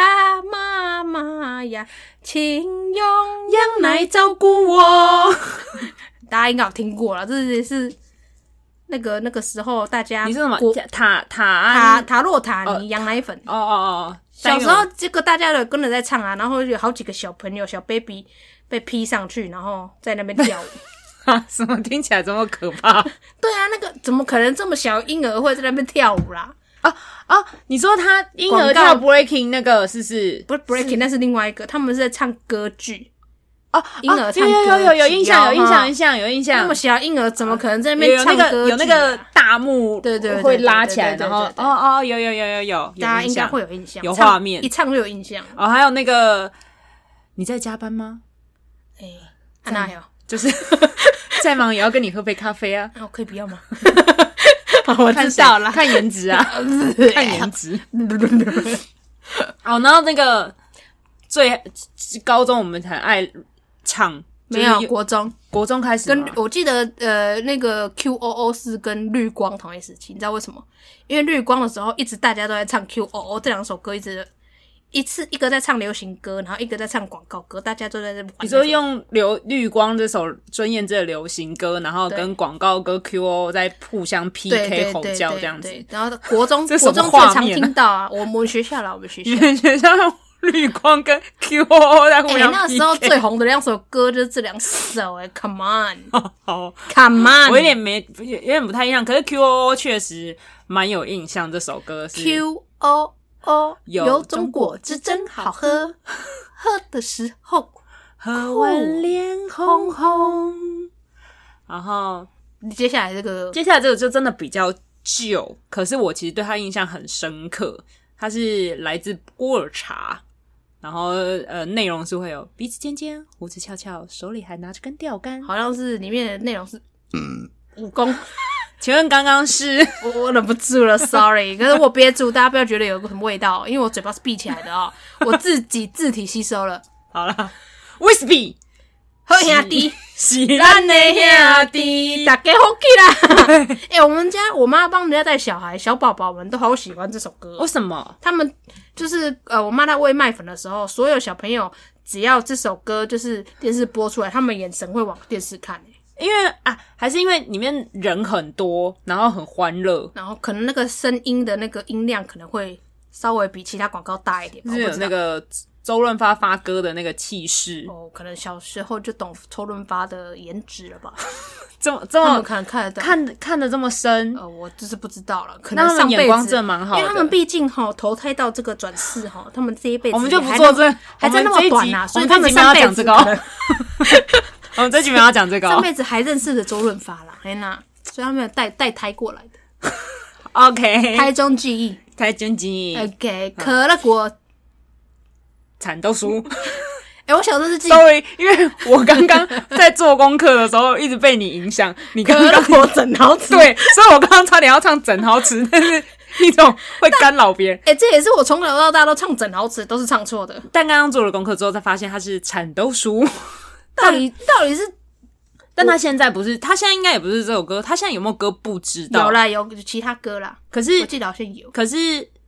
[SPEAKER 1] 妈妈呀，请用羊奶照顾我。大家应该有听过了，这也是那个那个时候大家
[SPEAKER 2] 你是什么
[SPEAKER 1] 国
[SPEAKER 2] 塔塔
[SPEAKER 1] 塔
[SPEAKER 2] 安？
[SPEAKER 1] 塔洛塔尼羊奶粉。
[SPEAKER 2] 哦哦哦，
[SPEAKER 1] 小时候
[SPEAKER 2] 单元
[SPEAKER 1] 这个大家都跟着在唱啊，然后有好几个小朋友小 baby 被披上去，然后在那边跳舞。
[SPEAKER 2] 啊，什么听起来这么可怕？
[SPEAKER 1] [laughs] 对啊，那个怎么可能这么小婴儿会在那边跳舞啦？
[SPEAKER 2] 哦哦，你说他婴
[SPEAKER 1] 广告
[SPEAKER 2] 儿跳 breaking 那个是不是？
[SPEAKER 1] 不是 breaking，那是另外一个，他们是在唱歌剧。
[SPEAKER 2] 哦，
[SPEAKER 1] 婴儿
[SPEAKER 2] 哦
[SPEAKER 1] 唱歌
[SPEAKER 2] 有有有有
[SPEAKER 1] 曲
[SPEAKER 2] 印象，有印
[SPEAKER 1] 有哈
[SPEAKER 2] 象，有印象，有
[SPEAKER 1] 那
[SPEAKER 2] 印象
[SPEAKER 1] 么。小婴儿怎么可啊能在那
[SPEAKER 2] 有
[SPEAKER 1] 边
[SPEAKER 2] 有
[SPEAKER 1] 唱
[SPEAKER 2] 那
[SPEAKER 1] 歌
[SPEAKER 2] 个
[SPEAKER 1] 剧啊、
[SPEAKER 2] 有那个大幕，
[SPEAKER 1] 对对对
[SPEAKER 2] 会
[SPEAKER 1] 对
[SPEAKER 2] 拉
[SPEAKER 1] 对
[SPEAKER 2] 起来，
[SPEAKER 1] 对对
[SPEAKER 2] 然后
[SPEAKER 1] 对
[SPEAKER 2] 哦
[SPEAKER 1] 对
[SPEAKER 2] 哦，有有有有有，有
[SPEAKER 1] 大家
[SPEAKER 2] 印
[SPEAKER 1] 应该
[SPEAKER 2] 象
[SPEAKER 1] 会有印象，
[SPEAKER 2] 有
[SPEAKER 1] 唱
[SPEAKER 2] 画面
[SPEAKER 1] 一唱就有印象。
[SPEAKER 2] 哦，还有那个你在加班吗？
[SPEAKER 1] 哎、安娜有，
[SPEAKER 2] 就是再忙也要跟你喝杯咖啡啊！
[SPEAKER 1] 那我可以不要 [laughs] 吗？我
[SPEAKER 2] 看
[SPEAKER 1] 知道
[SPEAKER 2] 谁
[SPEAKER 1] 了，
[SPEAKER 2] 看颜值啊，看颜值。哦，然后那个最高中我们很爱唱，
[SPEAKER 1] [laughs] 没有
[SPEAKER 2] 就是
[SPEAKER 1] 国中
[SPEAKER 2] 国中开始
[SPEAKER 1] 跟
[SPEAKER 2] 吗
[SPEAKER 1] 我记得呃那个 QOO 是跟绿光同一时期，你知道为什么？因为绿光的时候一直大家都在唱 QOO 这两首歌，一直一次一个在唱流行歌，然后一个在唱广告歌，大家都在那玩。
[SPEAKER 2] 你说用流绿光这首孙燕姿的流行歌，然后
[SPEAKER 1] 对
[SPEAKER 2] 跟广告歌 QO 在互相
[SPEAKER 1] 对对
[SPEAKER 2] PK 吼
[SPEAKER 1] 对
[SPEAKER 2] 叫
[SPEAKER 1] 对
[SPEAKER 2] 这样子，
[SPEAKER 1] 对然后国中
[SPEAKER 2] [laughs] 这什
[SPEAKER 1] 国
[SPEAKER 2] 么
[SPEAKER 1] 中最
[SPEAKER 2] 画
[SPEAKER 1] 常
[SPEAKER 2] 面啊 [laughs]
[SPEAKER 1] 听到啊，我们学校啦，我们学校
[SPEAKER 2] 你。们学校绿光跟 QO 在互
[SPEAKER 1] 哎、
[SPEAKER 2] 相
[SPEAKER 1] 那个
[SPEAKER 2] PK
[SPEAKER 1] 时候最红的两首歌就是这两首、哎，Come
[SPEAKER 2] 好，
[SPEAKER 1] on，Come on，
[SPEAKER 2] [laughs] 我有点没有有点不太一样，可是 QO 确实蛮有印象，这首歌是
[SPEAKER 1] Q O O，
[SPEAKER 2] 有
[SPEAKER 1] 有种果汁真好喝，喝的时候
[SPEAKER 2] 喝完脸红红，然后
[SPEAKER 1] 接下来这个
[SPEAKER 2] 接下来这个就真的比较旧，可是我其实对他印象很深刻。它是来自波尔茶，然后呃，内容是会有鼻子尖尖，胡子翘翘，手里还拿着根钓竿。
[SPEAKER 1] 好像是里面的内容是
[SPEAKER 2] 嗯
[SPEAKER 1] 武功， [laughs]
[SPEAKER 2] 请问刚刚是
[SPEAKER 1] 我我忍不住了，sorry。可是我憋住，大家不要觉得有什么味道，因为我嘴巴是闭起来的哦，我自己字体吸收
[SPEAKER 2] [laughs]
[SPEAKER 1] 了。
[SPEAKER 2] 好啦 w h i s p y
[SPEAKER 1] 喝兄
[SPEAKER 2] [laughs]
[SPEAKER 1] 弟，
[SPEAKER 2] 是
[SPEAKER 1] 咱
[SPEAKER 2] 咱
[SPEAKER 1] 的
[SPEAKER 2] 的
[SPEAKER 1] 兄
[SPEAKER 2] 兄
[SPEAKER 1] 弟，
[SPEAKER 2] 弟。
[SPEAKER 1] 大家好起啦！ [laughs] 哎、我们家我妈帮人家带小孩，小宝宝们都好喜欢这首歌。
[SPEAKER 2] 为什么？
[SPEAKER 1] 他们就是呃，我妈在喂麦粉的时候，所有小朋友只要这首歌就是电视播出来，他们眼神会往电视看、欸
[SPEAKER 2] 因为啊，还是因为里面人很多，然后很欢乐，
[SPEAKER 1] 然后可能那个声音的那个音量可能会稍微比其他广告大一点吧，
[SPEAKER 2] 就
[SPEAKER 1] 我
[SPEAKER 2] 是有
[SPEAKER 1] 不知
[SPEAKER 2] 那
[SPEAKER 1] 道
[SPEAKER 2] 个周润发发歌的那个气势，
[SPEAKER 1] 哦，可能小时候就懂周润发的颜值了吧，
[SPEAKER 2] 这么这
[SPEAKER 1] 他们
[SPEAKER 2] 么
[SPEAKER 1] 可能看得到。
[SPEAKER 2] 哦看看的这么深，
[SPEAKER 1] 呃，我就是不知道了，可
[SPEAKER 2] 那
[SPEAKER 1] 能
[SPEAKER 2] 他
[SPEAKER 1] 上
[SPEAKER 2] 们
[SPEAKER 1] 辈子
[SPEAKER 2] 眼光真的蛮好
[SPEAKER 1] 因为他们
[SPEAKER 2] 的。
[SPEAKER 1] 毕竟哈投胎到这个转世
[SPEAKER 2] [laughs]
[SPEAKER 1] 哈，他们这一辈子
[SPEAKER 2] 我们就
[SPEAKER 1] 也
[SPEAKER 2] 不
[SPEAKER 1] 还
[SPEAKER 2] 做
[SPEAKER 1] 那
[SPEAKER 2] 这，
[SPEAKER 1] 还在那么短呐、
[SPEAKER 2] 呐，
[SPEAKER 1] 所以
[SPEAKER 2] 我
[SPEAKER 1] 他
[SPEAKER 2] 这
[SPEAKER 1] 们
[SPEAKER 2] 集没有
[SPEAKER 1] 上
[SPEAKER 2] 要
[SPEAKER 1] 辈
[SPEAKER 2] 讲
[SPEAKER 1] 子
[SPEAKER 2] 这个
[SPEAKER 1] 可能
[SPEAKER 2] 哦， [laughs] 我们这集没有要讲这个
[SPEAKER 1] 上
[SPEAKER 2] 哦。
[SPEAKER 1] 辈子还认识的周润发啦，哎那，所以他们有带带胎过来的，
[SPEAKER 2] 哦 OK，
[SPEAKER 1] 胎中记忆。
[SPEAKER 2] 开军机，
[SPEAKER 1] OK，可乐果，
[SPEAKER 2] 惨都输。
[SPEAKER 1] 哎，我小时候是记
[SPEAKER 2] Sorry，因为我刚刚在做功课的时候一直被你影响，你刚刚 [laughs]
[SPEAKER 1] 果整好 [laughs] 吃。
[SPEAKER 2] 对，所以我刚刚差点要唱整好吃，但是一种会干扰别人。
[SPEAKER 1] 哎，这也是我从小到大都唱整好吃，都是唱错的。
[SPEAKER 2] 但刚刚做了功课之后，才发现他是产都 [laughs] 输。
[SPEAKER 1] 到底到底是
[SPEAKER 2] 但他现在不是，他现在应该也不是这首歌。他现在有没有歌不知道。
[SPEAKER 1] 有啦，有其他歌啦，
[SPEAKER 2] 可
[SPEAKER 1] 我
[SPEAKER 2] 是
[SPEAKER 1] 记得好像有。
[SPEAKER 2] 可是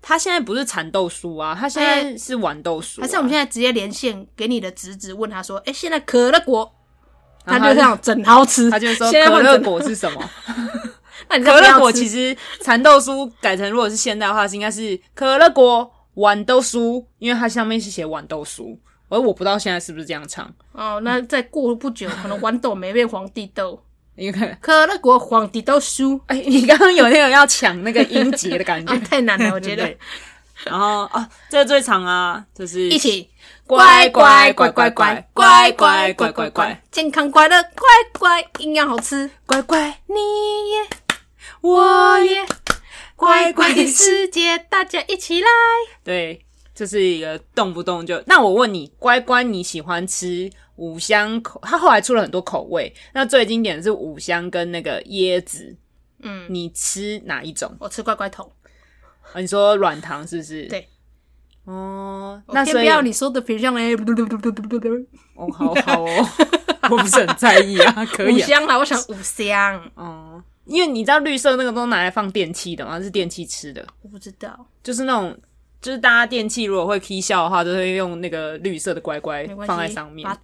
[SPEAKER 2] 他现在不是蚕豆酥啊，他现在是豌豆酥、啊
[SPEAKER 1] 还是我们现在直接连线给你的侄子，问他说：“哎，现在可乐果，他就这
[SPEAKER 2] 然后
[SPEAKER 1] 样整好吃。”
[SPEAKER 2] [laughs] 他就说
[SPEAKER 1] 现在
[SPEAKER 2] 可
[SPEAKER 1] 换
[SPEAKER 2] 乐
[SPEAKER 1] 整，
[SPEAKER 2] 果是什么？
[SPEAKER 1] 那你
[SPEAKER 2] [laughs] 可乐果
[SPEAKER 1] 实
[SPEAKER 2] 其实蚕豆酥改成如果是现代的话，是应该是可乐果豌豆酥，因为它上面是写豌豆酥。而我不知道现在是不是这样唱，
[SPEAKER 1] 哦，那再过不久，可能豌豆没变皇帝豆，
[SPEAKER 2] 因为
[SPEAKER 1] 可乐果皇帝豆输
[SPEAKER 2] 哎、你刚刚有那种要抢那个音节的感觉 [laughs]
[SPEAKER 1] 啊，，太难了，我觉
[SPEAKER 2] 对
[SPEAKER 1] 得。
[SPEAKER 2] 然后啊，这个最长啊，就是
[SPEAKER 1] 一起
[SPEAKER 2] 乖乖乖乖乖乖乖乖乖乖，
[SPEAKER 1] 健康快乐，乖乖，营养好吃，
[SPEAKER 2] 乖乖，
[SPEAKER 1] 你也
[SPEAKER 2] 我
[SPEAKER 1] 我
[SPEAKER 2] 也
[SPEAKER 1] 也乖
[SPEAKER 2] 乖 [laughs]
[SPEAKER 1] 乖
[SPEAKER 2] 的
[SPEAKER 1] 的世界，大家一起来。
[SPEAKER 2] 对，就是一个动不动就。那我问你，乖乖你喜欢吃五香口？它后来出了很多口味，那最经典的是五香跟那个椰子。
[SPEAKER 1] 嗯，
[SPEAKER 2] 你吃哪一种？
[SPEAKER 1] 我吃乖乖桶，
[SPEAKER 2] 啊你说软糖是不是？
[SPEAKER 1] 对。
[SPEAKER 2] 哦，
[SPEAKER 1] 我
[SPEAKER 2] 那
[SPEAKER 1] 先
[SPEAKER 2] 所
[SPEAKER 1] 不
[SPEAKER 2] 以
[SPEAKER 1] 要你说的品相嘞，五
[SPEAKER 2] 哦，好好哦， [laughs] 我不是很在意啊，可以啊。
[SPEAKER 1] 香啦，我想五香，
[SPEAKER 2] 哦、因为你知道绿色那个都拿来放电器的嘛，是电器吃的，
[SPEAKER 1] 我不知道，
[SPEAKER 2] 就是那种，就是大家电器如果会 K 笑的话，就会用那个绿色的乖乖
[SPEAKER 1] 没关系，
[SPEAKER 2] 放在上面
[SPEAKER 1] 把。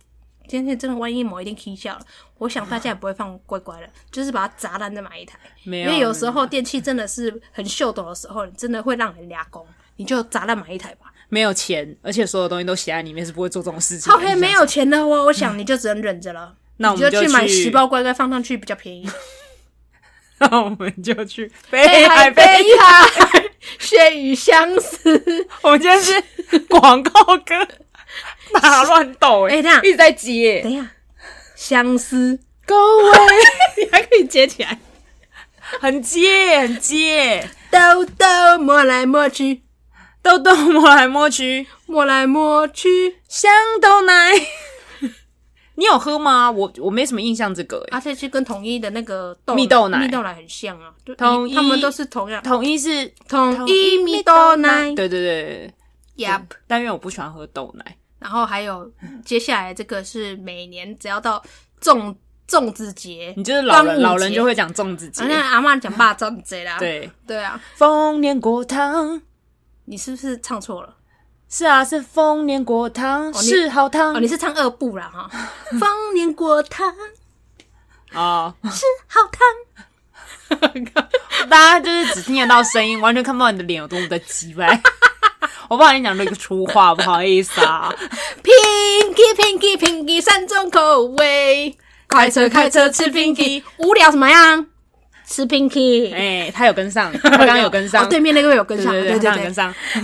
[SPEAKER 1] 今天真的万一某一天 K 笑了，我想大家也不会放乖乖了，就是把它砸烂再买一台。
[SPEAKER 2] 没
[SPEAKER 1] 因
[SPEAKER 2] 有，
[SPEAKER 1] 为有时候电器真的是很秀逗的时候，你真的会让人俩工，你就砸烂买一台
[SPEAKER 2] [laughs]
[SPEAKER 1] 吧。
[SPEAKER 2] 没有钱，而且所有东西都写在里面，是不会做这种事情的。
[SPEAKER 1] 超黑没有钱的话，我想你就只能忍着了。
[SPEAKER 2] 那我
[SPEAKER 1] 你
[SPEAKER 2] 们就
[SPEAKER 1] 去买
[SPEAKER 2] 去
[SPEAKER 1] 十包乖乖放上去比较便宜。
[SPEAKER 2] [laughs]
[SPEAKER 1] 哎
[SPEAKER 2] 那我们就去 [laughs] 北
[SPEAKER 1] 海
[SPEAKER 2] 海
[SPEAKER 1] 北
[SPEAKER 2] 北。
[SPEAKER 1] 海，血雨相
[SPEAKER 2] [laughs]
[SPEAKER 1] 思。
[SPEAKER 2] 我们今天是广告歌，大乱斗哎、
[SPEAKER 1] [laughs] 哎等一下
[SPEAKER 2] 一直在接
[SPEAKER 1] 等一下，相思，
[SPEAKER 2] ，Go away，
[SPEAKER 1] 你还可以接起来。
[SPEAKER 2] 很接很接，
[SPEAKER 1] 兜兜摸来摸去，
[SPEAKER 2] 豆豆摸来摸去，
[SPEAKER 1] 摸来摸去。
[SPEAKER 2] 香豆奶。 [laughs] 你有喝吗？我我没什么印象这个、欸。
[SPEAKER 1] 而且啊是跟统一的那个豆
[SPEAKER 2] 蜜豆奶
[SPEAKER 1] 蜜豆奶很像啊。就
[SPEAKER 2] 统一
[SPEAKER 1] 他们都是同样。
[SPEAKER 2] 统一是
[SPEAKER 1] 统一蜜豆奶
[SPEAKER 2] 对对对
[SPEAKER 1] ，Yep。
[SPEAKER 2] 但因为我不喜欢喝豆奶，
[SPEAKER 1] 然后还有接下来这个是每年只要到粽粽子节，
[SPEAKER 2] 你就是老
[SPEAKER 1] 端午
[SPEAKER 2] 人，
[SPEAKER 1] 节
[SPEAKER 2] 老人就会讲粽子节
[SPEAKER 1] 啊，，那阿妈讲霸粽子啦。
[SPEAKER 2] 对，
[SPEAKER 1] 对啊，
[SPEAKER 2] 丰年果糖。
[SPEAKER 1] 你是不是唱错了？
[SPEAKER 2] 是啊，是丰年果糖，
[SPEAKER 1] 你
[SPEAKER 2] 是好
[SPEAKER 1] [laughs]
[SPEAKER 2] 糖
[SPEAKER 1] 哦，你是唱二部啦
[SPEAKER 2] [laughs]
[SPEAKER 1] 哈。丰年果糖
[SPEAKER 2] 啊！
[SPEAKER 1] 是好糖，
[SPEAKER 2] 大家就是只听得到声音，完全看不到你的脸有多么的鸡歪。 [laughs] 我不小心讲了一个粗话，不好意思啊。
[SPEAKER 1] Pinky Pinky Pinky 三种口味， [laughs] 开车开车吃 Pinky，无聊什么样？吃 Pinky，、
[SPEAKER 2] 哎、他有
[SPEAKER 1] [laughs]
[SPEAKER 2] 跟上，他刚刚有跟上，
[SPEAKER 1] 哦，对面那个有跟
[SPEAKER 2] 对
[SPEAKER 1] 上，
[SPEAKER 2] 对
[SPEAKER 1] 对
[SPEAKER 2] 对，他有
[SPEAKER 1] 对
[SPEAKER 2] 跟，上。 [laughs]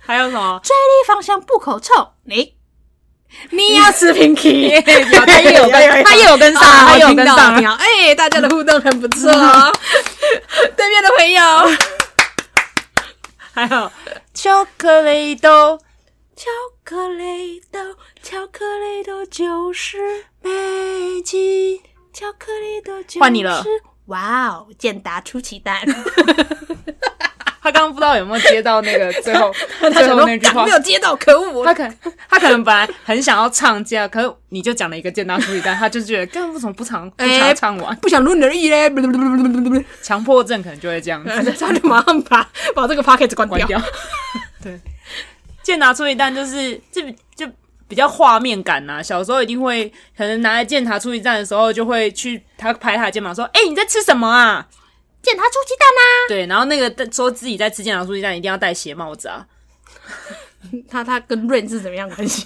[SPEAKER 2] 还有什么？
[SPEAKER 1] 追力芳香不口臭，你
[SPEAKER 2] 哎
[SPEAKER 1] 你要吃
[SPEAKER 2] [laughs]
[SPEAKER 1] Pinky，
[SPEAKER 2] 他哎也有跟，他也有跟上，
[SPEAKER 1] [laughs] 啊
[SPEAKER 2] 他也有
[SPEAKER 1] 听
[SPEAKER 2] 跟
[SPEAKER 1] 到了
[SPEAKER 2] 上
[SPEAKER 1] 听。到了哎，大家的互动很不错哦， [laughs] 对面的朋
[SPEAKER 2] [laughs]
[SPEAKER 1] 友，
[SPEAKER 2] 还有 [laughs] 巧克力豆
[SPEAKER 1] 巧克力豆，巧克力豆就是美肌，巧克力豆就是
[SPEAKER 2] 换你了。
[SPEAKER 1] 哇哦，健达出奇蛋，
[SPEAKER 2] 啊他刚刚不知道有没有接到那个最后
[SPEAKER 1] [laughs] 他
[SPEAKER 2] [laughs] 最
[SPEAKER 1] 想
[SPEAKER 2] 后那
[SPEAKER 1] 说
[SPEAKER 2] 句话
[SPEAKER 1] 没，有接到，可恶！
[SPEAKER 2] [laughs] 他可能他可能本来很想要唱这，可是你就讲了一个健达出奇蛋，他就觉得干为什么不唱不
[SPEAKER 1] 哎
[SPEAKER 2] 唱唱完，
[SPEAKER 1] 不想录你的意嘞，
[SPEAKER 2] [laughs] 强迫症可能就会这样子
[SPEAKER 1] 他就马上把把这个 p o c k e t 关
[SPEAKER 2] 关掉。 [laughs] 对，健达出奇蛋就是这就比较画面感呐、小时候一定会可能拿来健达出奇蛋的时候，就会去他拍他的肩膀说：“哎、你在吃什么啊
[SPEAKER 1] 健达出鸡蛋？”啊
[SPEAKER 2] [laughs] 对，然后那个说自己在吃健达出奇蛋，一定要戴斜帽子啊。
[SPEAKER 1] 呐、他他跟 Rain 是怎么样关系？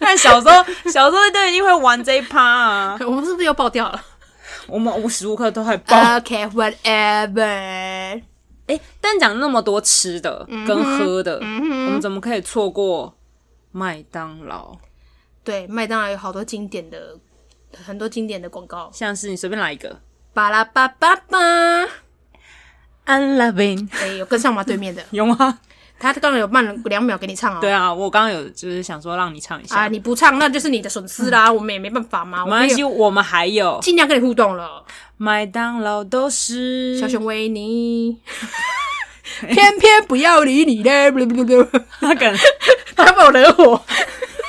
[SPEAKER 2] 但小时候，小时候都一定会玩这一趴啊！
[SPEAKER 1] [laughs] 我们是不是又爆掉了
[SPEAKER 2] 我们无时无刻都会爆。
[SPEAKER 1] 啊？OK，whatever。
[SPEAKER 2] 哎、但讲那么多吃的
[SPEAKER 1] 嗯
[SPEAKER 2] 跟喝的，我们怎么可以错过麦当劳？
[SPEAKER 1] 对，麦当劳有好多经典的，很多经典的广告，
[SPEAKER 2] 像是你随便来一个
[SPEAKER 1] 巴拉巴巴巴，
[SPEAKER 2] ，I'm loving，
[SPEAKER 1] 哎，有跟上吗？对面的，
[SPEAKER 2] 有吗？
[SPEAKER 1] 他刚刚有慢了两秒给你唱哦。
[SPEAKER 2] 对啊，我刚刚有就是想说让你唱一下，
[SPEAKER 1] 啊，你不唱那就是你的损失啦，我们也嗯没办法嘛。
[SPEAKER 2] 没
[SPEAKER 1] 我们
[SPEAKER 2] 关
[SPEAKER 1] 也
[SPEAKER 2] 系，我们还有
[SPEAKER 1] 尽量跟你互动了。
[SPEAKER 2] 麦当劳都是
[SPEAKER 1] 小，熊维 [laughs] 尼，偏偏不要理你嘞，
[SPEAKER 2] 他可能
[SPEAKER 1] 他没有惹我。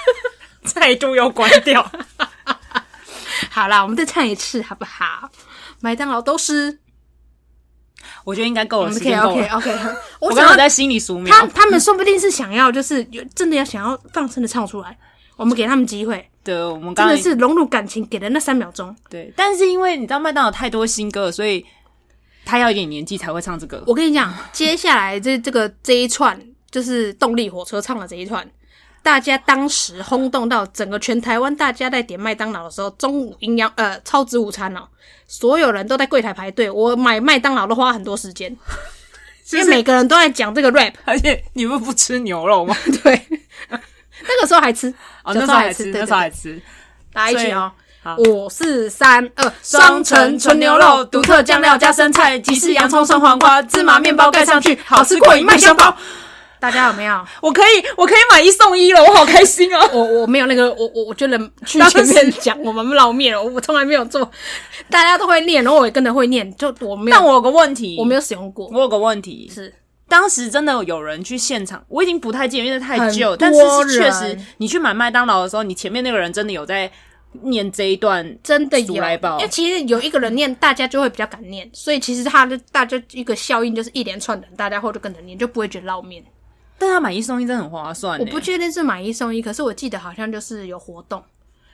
[SPEAKER 2] [laughs] 再度又关
[SPEAKER 1] [laughs]
[SPEAKER 2] 掉。
[SPEAKER 1] 好啦，我们再唱一次好不好？麦当劳都是
[SPEAKER 2] 我觉得应该够了，时
[SPEAKER 1] 嗯 OK
[SPEAKER 2] 间够
[SPEAKER 1] OK
[SPEAKER 2] 了。
[SPEAKER 1] OK，我 [laughs]
[SPEAKER 2] 我刚
[SPEAKER 1] 想哦
[SPEAKER 2] 刚
[SPEAKER 1] 要
[SPEAKER 2] 在心里数秒，
[SPEAKER 1] 他他们说不定是想要，就是有真的要想要放声的唱出来。我们给他们机会，
[SPEAKER 2] 对，我们
[SPEAKER 1] 真
[SPEAKER 2] 刚
[SPEAKER 1] 的
[SPEAKER 2] 刚
[SPEAKER 1] 是融入感情，给了那三秒钟。
[SPEAKER 2] 对，但是因为你知道麦当劳太多新歌了，所以他要一点年纪才会唱这个。
[SPEAKER 1] 我跟你 [laughs] 讲，接下来这这个这一串就是动力火车唱的这一串，大家当时轰动到整个全台湾，大家在点麦当劳的时候，中午营养呃超值午餐哦，所有人都在柜台排队。我买麦当劳都花很多时 [laughs] 间，因为每个人都在讲这个 rap，
[SPEAKER 2] [laughs] 而且你们不吃牛肉 [laughs] 吗？
[SPEAKER 1] 对，那个时候还吃，
[SPEAKER 2] 哦，
[SPEAKER 1] 小
[SPEAKER 2] 那时候还
[SPEAKER 1] 吃，
[SPEAKER 2] 吃，
[SPEAKER 1] 对
[SPEAKER 2] 那
[SPEAKER 1] 对
[SPEAKER 2] 时候
[SPEAKER 1] 对
[SPEAKER 2] 还吃。
[SPEAKER 1] 大家一起哦
[SPEAKER 2] 所。
[SPEAKER 1] 五四三二，双层纯牛肉，独特酱料加生菜，吉士洋葱生黄瓜，芝麻面包盖上去，好吃过瘾麦香包。大家有没有？
[SPEAKER 2] 我可以，我可以买一送一了，我好开心 [laughs] 哦！
[SPEAKER 1] 我我没有那个，我我我觉得去前面讲我们捞面了，我从来没有 [laughs] 做，大家都会念，然后我也跟着会念，就我没有，
[SPEAKER 2] 但我有个问题，
[SPEAKER 1] 我没有使用过，
[SPEAKER 2] 我有个问题，
[SPEAKER 1] 是
[SPEAKER 2] 当时真的有人去现场，我已经不太记得，因为太久。
[SPEAKER 1] 很多
[SPEAKER 2] 但是是确实
[SPEAKER 1] 人，
[SPEAKER 2] 你去买麦当劳的时候，你前面那个人真的有在念这一段，
[SPEAKER 1] 真的有，
[SPEAKER 2] 数来宝
[SPEAKER 1] 因为其实有一个人念，大家就会比较敢念，所以其实他的大家一个效应就是一连串的，大家会就跟着念，就不会觉得捞面。
[SPEAKER 2] 但他买一送一真的很划算、欸。
[SPEAKER 1] 我不确定是买一送一，可是我记得好像就是有活动，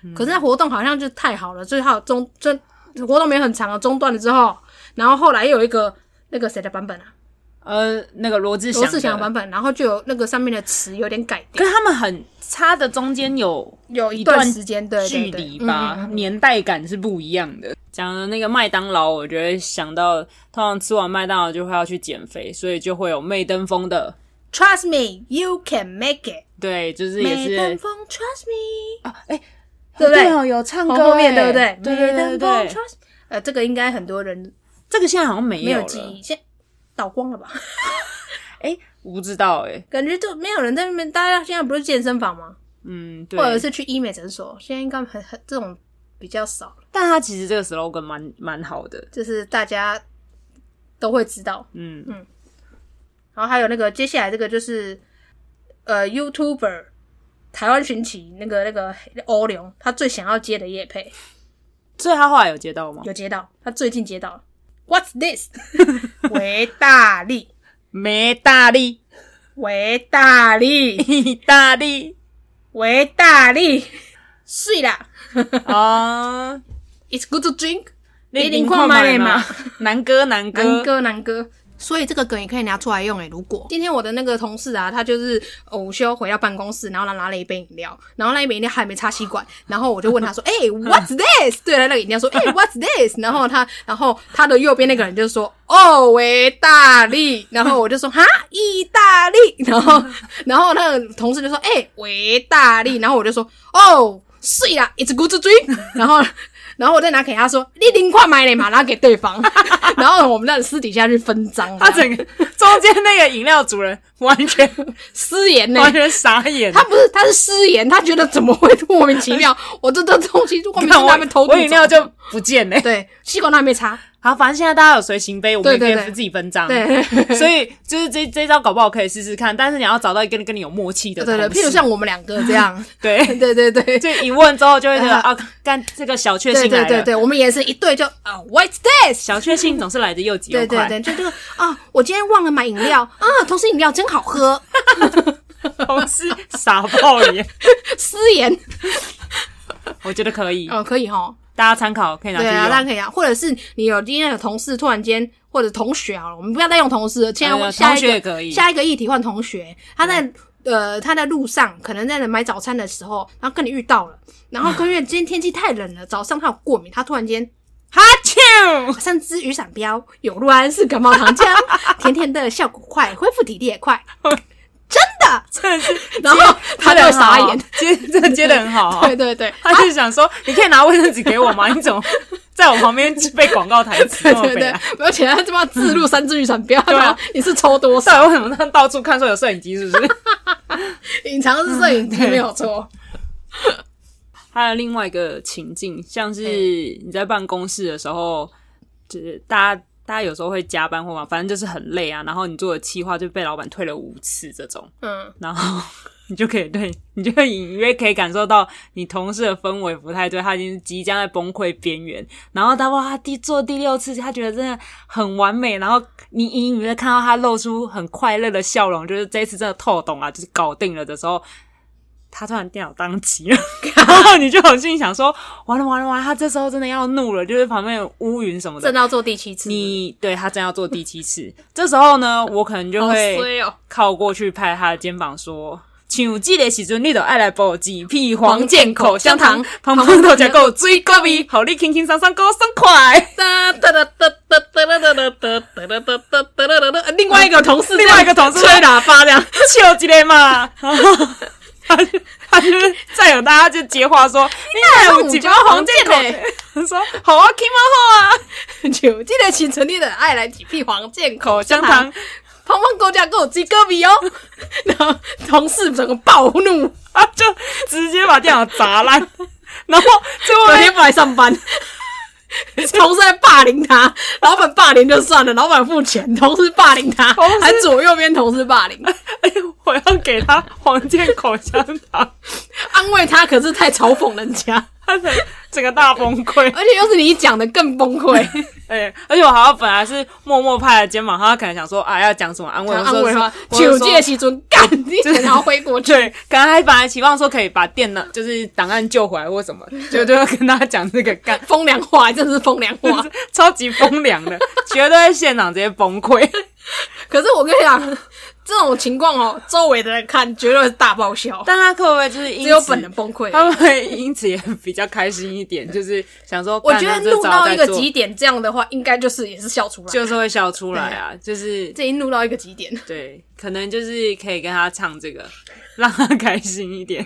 [SPEAKER 2] 嗯
[SPEAKER 1] 可是那活动好像就太好了，最后中就活动没有很长啊，中断了之后，然后后来又有一个那个谁的版本啊，
[SPEAKER 2] 呃，那个罗志祥，
[SPEAKER 1] 罗志祥的版。本，然后就有那个上面的词有点改掉，
[SPEAKER 2] 可是他们很差的中间有
[SPEAKER 1] 有
[SPEAKER 2] 一
[SPEAKER 1] 一
[SPEAKER 2] 段
[SPEAKER 1] 段时间对嗯
[SPEAKER 2] 距离吧，年代感是不一样的。讲的那个麦当劳，我觉得想到通常吃完麦当劳就会要去减肥，所以就会有麦登峰的，
[SPEAKER 1] t r u s t me, you can make it。
[SPEAKER 2] 对，就是也
[SPEAKER 1] 美登
[SPEAKER 2] 是
[SPEAKER 1] 峰，Trust me，
[SPEAKER 2] 啊，哎、
[SPEAKER 1] 对不对
[SPEAKER 2] 哦，有唱歌、
[SPEAKER 1] 从后面
[SPEAKER 2] 哎
[SPEAKER 1] 对不对？
[SPEAKER 2] 对对对
[SPEAKER 1] 美登峰
[SPEAKER 2] 对对，
[SPEAKER 1] ，Trust。呃，这个应该很多人
[SPEAKER 2] 这个现在好像没
[SPEAKER 1] 没有
[SPEAKER 2] 了。
[SPEAKER 1] 记忆，现在倒光了吧？ [laughs]
[SPEAKER 2] 哎、我不知道哎、
[SPEAKER 1] 感觉就没有人在那边，大家现在不是健身房吗？
[SPEAKER 2] 嗯，对
[SPEAKER 1] 或。者是去医美诊所，现在应该很很这种比较少了，
[SPEAKER 2] 但他其实这个 slogan 蛮蛮好的，
[SPEAKER 1] 就是大家都会知道。
[SPEAKER 2] 嗯，
[SPEAKER 1] 然后还有那个接下来这个就是呃，YouTuber 台湾寻奇那个那个欧龙，他最想要接的叶配
[SPEAKER 2] 所以他后来有接到吗？
[SPEAKER 1] 有接到，他最近接到了 What's this？维大利，
[SPEAKER 2] 没大力，
[SPEAKER 1] 维大利，
[SPEAKER 2] 意大 [laughs] 利
[SPEAKER 1] 维大利， [laughs] 睡啦
[SPEAKER 2] 啊，
[SPEAKER 1] ，It's good to drink，
[SPEAKER 2] 你
[SPEAKER 1] 你看卖嘛，
[SPEAKER 2] 南哥南
[SPEAKER 1] 南
[SPEAKER 2] 哥，
[SPEAKER 1] 哥南哥，所以这个梗也可以拿出来用诶、如果今天我的那个同事啊，他就是午休回到办公室，然后他拿了一杯饮料，然后那一杯饮料还没插吸 [laughs] 管，然后我就问他说：“哎、w [laughs] h a t s this？” 对了，那个饮料说：“哎、w h a t s this？” 然后他，然后他的右边那个人就说：“哦，维大利。”然后我就说：“哈，意大利。” [laughs] 然后，然后那个同事就说：“哎、维大利。”然后我就说：“哦，是呀，It's good to drink。”然后。然后我再拿给他说：“你零块买嘞嘛，然后给对方。”然后我们那私底下去分赃，
[SPEAKER 2] 他整
[SPEAKER 1] [laughs]
[SPEAKER 2] 个中间那个饮料主人完全
[SPEAKER 1] 失言呢、
[SPEAKER 2] 完全傻眼。
[SPEAKER 1] 他不是，他是失言，他觉得怎么会莫名其妙？我这这东西就莫名其
[SPEAKER 2] 看
[SPEAKER 1] 妙
[SPEAKER 2] 我
[SPEAKER 1] 被偷渡
[SPEAKER 2] 我饮料
[SPEAKER 1] 走
[SPEAKER 2] 就不见了。
[SPEAKER 1] 对，吸管都还没擦，
[SPEAKER 2] 好，反正现在大家有随行杯，我们也可
[SPEAKER 1] 对
[SPEAKER 2] 以
[SPEAKER 1] 对对
[SPEAKER 2] 自己分账。
[SPEAKER 1] 对
[SPEAKER 2] [laughs] 所以就是这这招搞不好可以试试看，但是你要找到一个跟你有默契的
[SPEAKER 1] 对对
[SPEAKER 2] 同事。
[SPEAKER 1] 对，譬如像我们两个这样，
[SPEAKER 2] 对，
[SPEAKER 1] 对对 [laughs] 对。
[SPEAKER 2] 就一问之后就会觉得
[SPEAKER 1] 啊
[SPEAKER 2] 啊，干这个小确
[SPEAKER 1] 对
[SPEAKER 2] 幸来
[SPEAKER 1] 对
[SPEAKER 2] 了。
[SPEAKER 1] 对对，我们也是一对就啊、w h a t s this？
[SPEAKER 2] 小确幸总是来的
[SPEAKER 1] [laughs]
[SPEAKER 2] 又急又
[SPEAKER 1] 对
[SPEAKER 2] 快。
[SPEAKER 1] 对对，就这个啊，我今天忘了买饮料啊，同事饮料真好喝，
[SPEAKER 2] [laughs] 同事傻爆眼，
[SPEAKER 1] 失言
[SPEAKER 2] 我觉得可以，
[SPEAKER 1] 哦，可以哈，
[SPEAKER 2] 大家参考可以拿去
[SPEAKER 1] 对
[SPEAKER 2] 用。
[SPEAKER 1] 啊，当然可以啊，或者是你有今天有同事突然间或者同学好了，我们不要再用同事了，现
[SPEAKER 2] 哎
[SPEAKER 1] 在
[SPEAKER 2] 呀
[SPEAKER 1] 下
[SPEAKER 2] 同
[SPEAKER 1] 一
[SPEAKER 2] 学
[SPEAKER 1] 个
[SPEAKER 2] 也可以。
[SPEAKER 1] 下一个议题换同学，他在、呃他在路上，可能在买早餐的时候，然后跟你遇到了，然后跟因为今天天气太冷了，早上他有过敏，他突然间
[SPEAKER 2] 哈啾，
[SPEAKER 1] 马上吃雨伞标，有氯胺是感冒糖浆，甜甜的效果快，恢复体力也快， [laughs] 真的。
[SPEAKER 2] 真的是，
[SPEAKER 1] 然后 [laughs] 他就会傻眼，
[SPEAKER 2] 接这接的很好
[SPEAKER 1] [laughs]
[SPEAKER 2] 啊。
[SPEAKER 1] 对对对。
[SPEAKER 2] 他就想说，你可以拿卫生纸给我吗？你怎么在我旁边被广告台词？
[SPEAKER 1] 对
[SPEAKER 2] 这么
[SPEAKER 1] [laughs] 对
[SPEAKER 2] 北
[SPEAKER 1] 对
[SPEAKER 2] 啊，
[SPEAKER 1] 而且他他妈自录三支雨伞标，他妈你是抽多少？
[SPEAKER 2] 到底为什么他到处看说有摄影机？是不是？
[SPEAKER 1] 隐藏式摄
[SPEAKER 2] 嗯
[SPEAKER 1] 影机没有错，
[SPEAKER 2] 还有另外一个情境，像是你在办公室的时候，就是大家大家有时候会加班或嘛，反正就是很累啊。然后你做的企划就被老板退了五次这种，
[SPEAKER 1] 嗯，
[SPEAKER 2] 然后 [laughs] 你就可以对你就会隐约可以感受到你同事的氛围不太对，他已经即将在崩溃边缘。然后他哇，他第做第六次，他觉得真的很完美。然后你隐隐约看到他露出很快乐的笑容，就是这一次真的透懂啊，就是搞定了的时候。他突然电脑当机了， [laughs] 然后你就有心想说：完了完了完了，他这时候真的要怒了，就是旁边有乌云什么
[SPEAKER 1] 正
[SPEAKER 2] 的。
[SPEAKER 1] 到做第七次，
[SPEAKER 2] 你对他真要做第七次，这时候呢，我可能就
[SPEAKER 1] 好
[SPEAKER 2] 会
[SPEAKER 1] 衰哦，
[SPEAKER 2] 靠过去拍他的肩膀说：“像这个时阵，你都爱来补几屁黄健口香糖，旁边头家够水果 [laughs] 味，好你轻轻松松够爽快。
[SPEAKER 1] 哒哒哒哒哒哒哒哒哒哒哒哒哒哒哒哒。另外一个同事，
[SPEAKER 2] 另外一个同事
[SPEAKER 1] 吹喇叭这样，
[SPEAKER 2] [laughs] 笑一个 [laughs] 嘛。”然后他就他就是再有大家就接话说：“你爱有几包黄健 [laughs] 口？”他说：“好啊，起码好啊，
[SPEAKER 1] [laughs] 就记得请成立的爱来几屁黄健口
[SPEAKER 2] 口香 [laughs] 糖，
[SPEAKER 1] 胖胖狗家给我鸡哥比哦。 [laughs] 然后同事整个暴怒，
[SPEAKER 2] 他啊就直接把电脑砸烂。”然后最后
[SPEAKER 1] 隔
[SPEAKER 2] 面
[SPEAKER 1] 天不来上班。同事在霸凌他，老板霸凌就算了，老板付钱，同事霸凌他，
[SPEAKER 2] 同事
[SPEAKER 1] 还左右边同事霸凌，
[SPEAKER 2] 哎，我要给他黄健口香糖，
[SPEAKER 1] 安慰他，可是太嘲讽人家，
[SPEAKER 2] 他整整个大崩溃。
[SPEAKER 1] [laughs] 而且又是你讲的更崩溃。
[SPEAKER 2] [laughs]
[SPEAKER 1] [laughs]
[SPEAKER 2] 哎、而且我好像本来是默默拍了肩膀，他可能想说啊要讲什么安慰，我
[SPEAKER 1] 安慰
[SPEAKER 2] 说
[SPEAKER 1] 他，
[SPEAKER 2] 我就
[SPEAKER 1] 九
[SPEAKER 2] 说
[SPEAKER 1] 届时准 [laughs] 干，你然后挥过去。
[SPEAKER 2] [laughs] 对，可能还本来期望说可以把电脑就是档案救回来或什么， [laughs] 就就跟他讲这个干，
[SPEAKER 1] 风凉话，真的是风凉 [laughs] 话。
[SPEAKER 2] [laughs] 超级风凉的， [laughs] 绝对在现场直接崩溃。
[SPEAKER 1] 可是我跟你讲，这种情况哦，周围的人看绝对是大爆笑，
[SPEAKER 2] [laughs] 但他会不会就是因
[SPEAKER 1] 只有
[SPEAKER 2] 此
[SPEAKER 1] 本人崩溃。
[SPEAKER 2] 他会因此也比较开心一点，就是想说，
[SPEAKER 1] 我
[SPEAKER 2] 干
[SPEAKER 1] 觉
[SPEAKER 2] 他
[SPEAKER 1] 得
[SPEAKER 2] 这
[SPEAKER 1] 怒
[SPEAKER 2] 招
[SPEAKER 1] 到
[SPEAKER 2] 在
[SPEAKER 1] 一个
[SPEAKER 2] 做
[SPEAKER 1] 极点，这样的话，应该就是也是笑出来。
[SPEAKER 2] 就是会笑出来啊，就是
[SPEAKER 1] 这已经怒到一个极点，
[SPEAKER 2] 对，可能就是可以跟他唱这个，让他开心一点，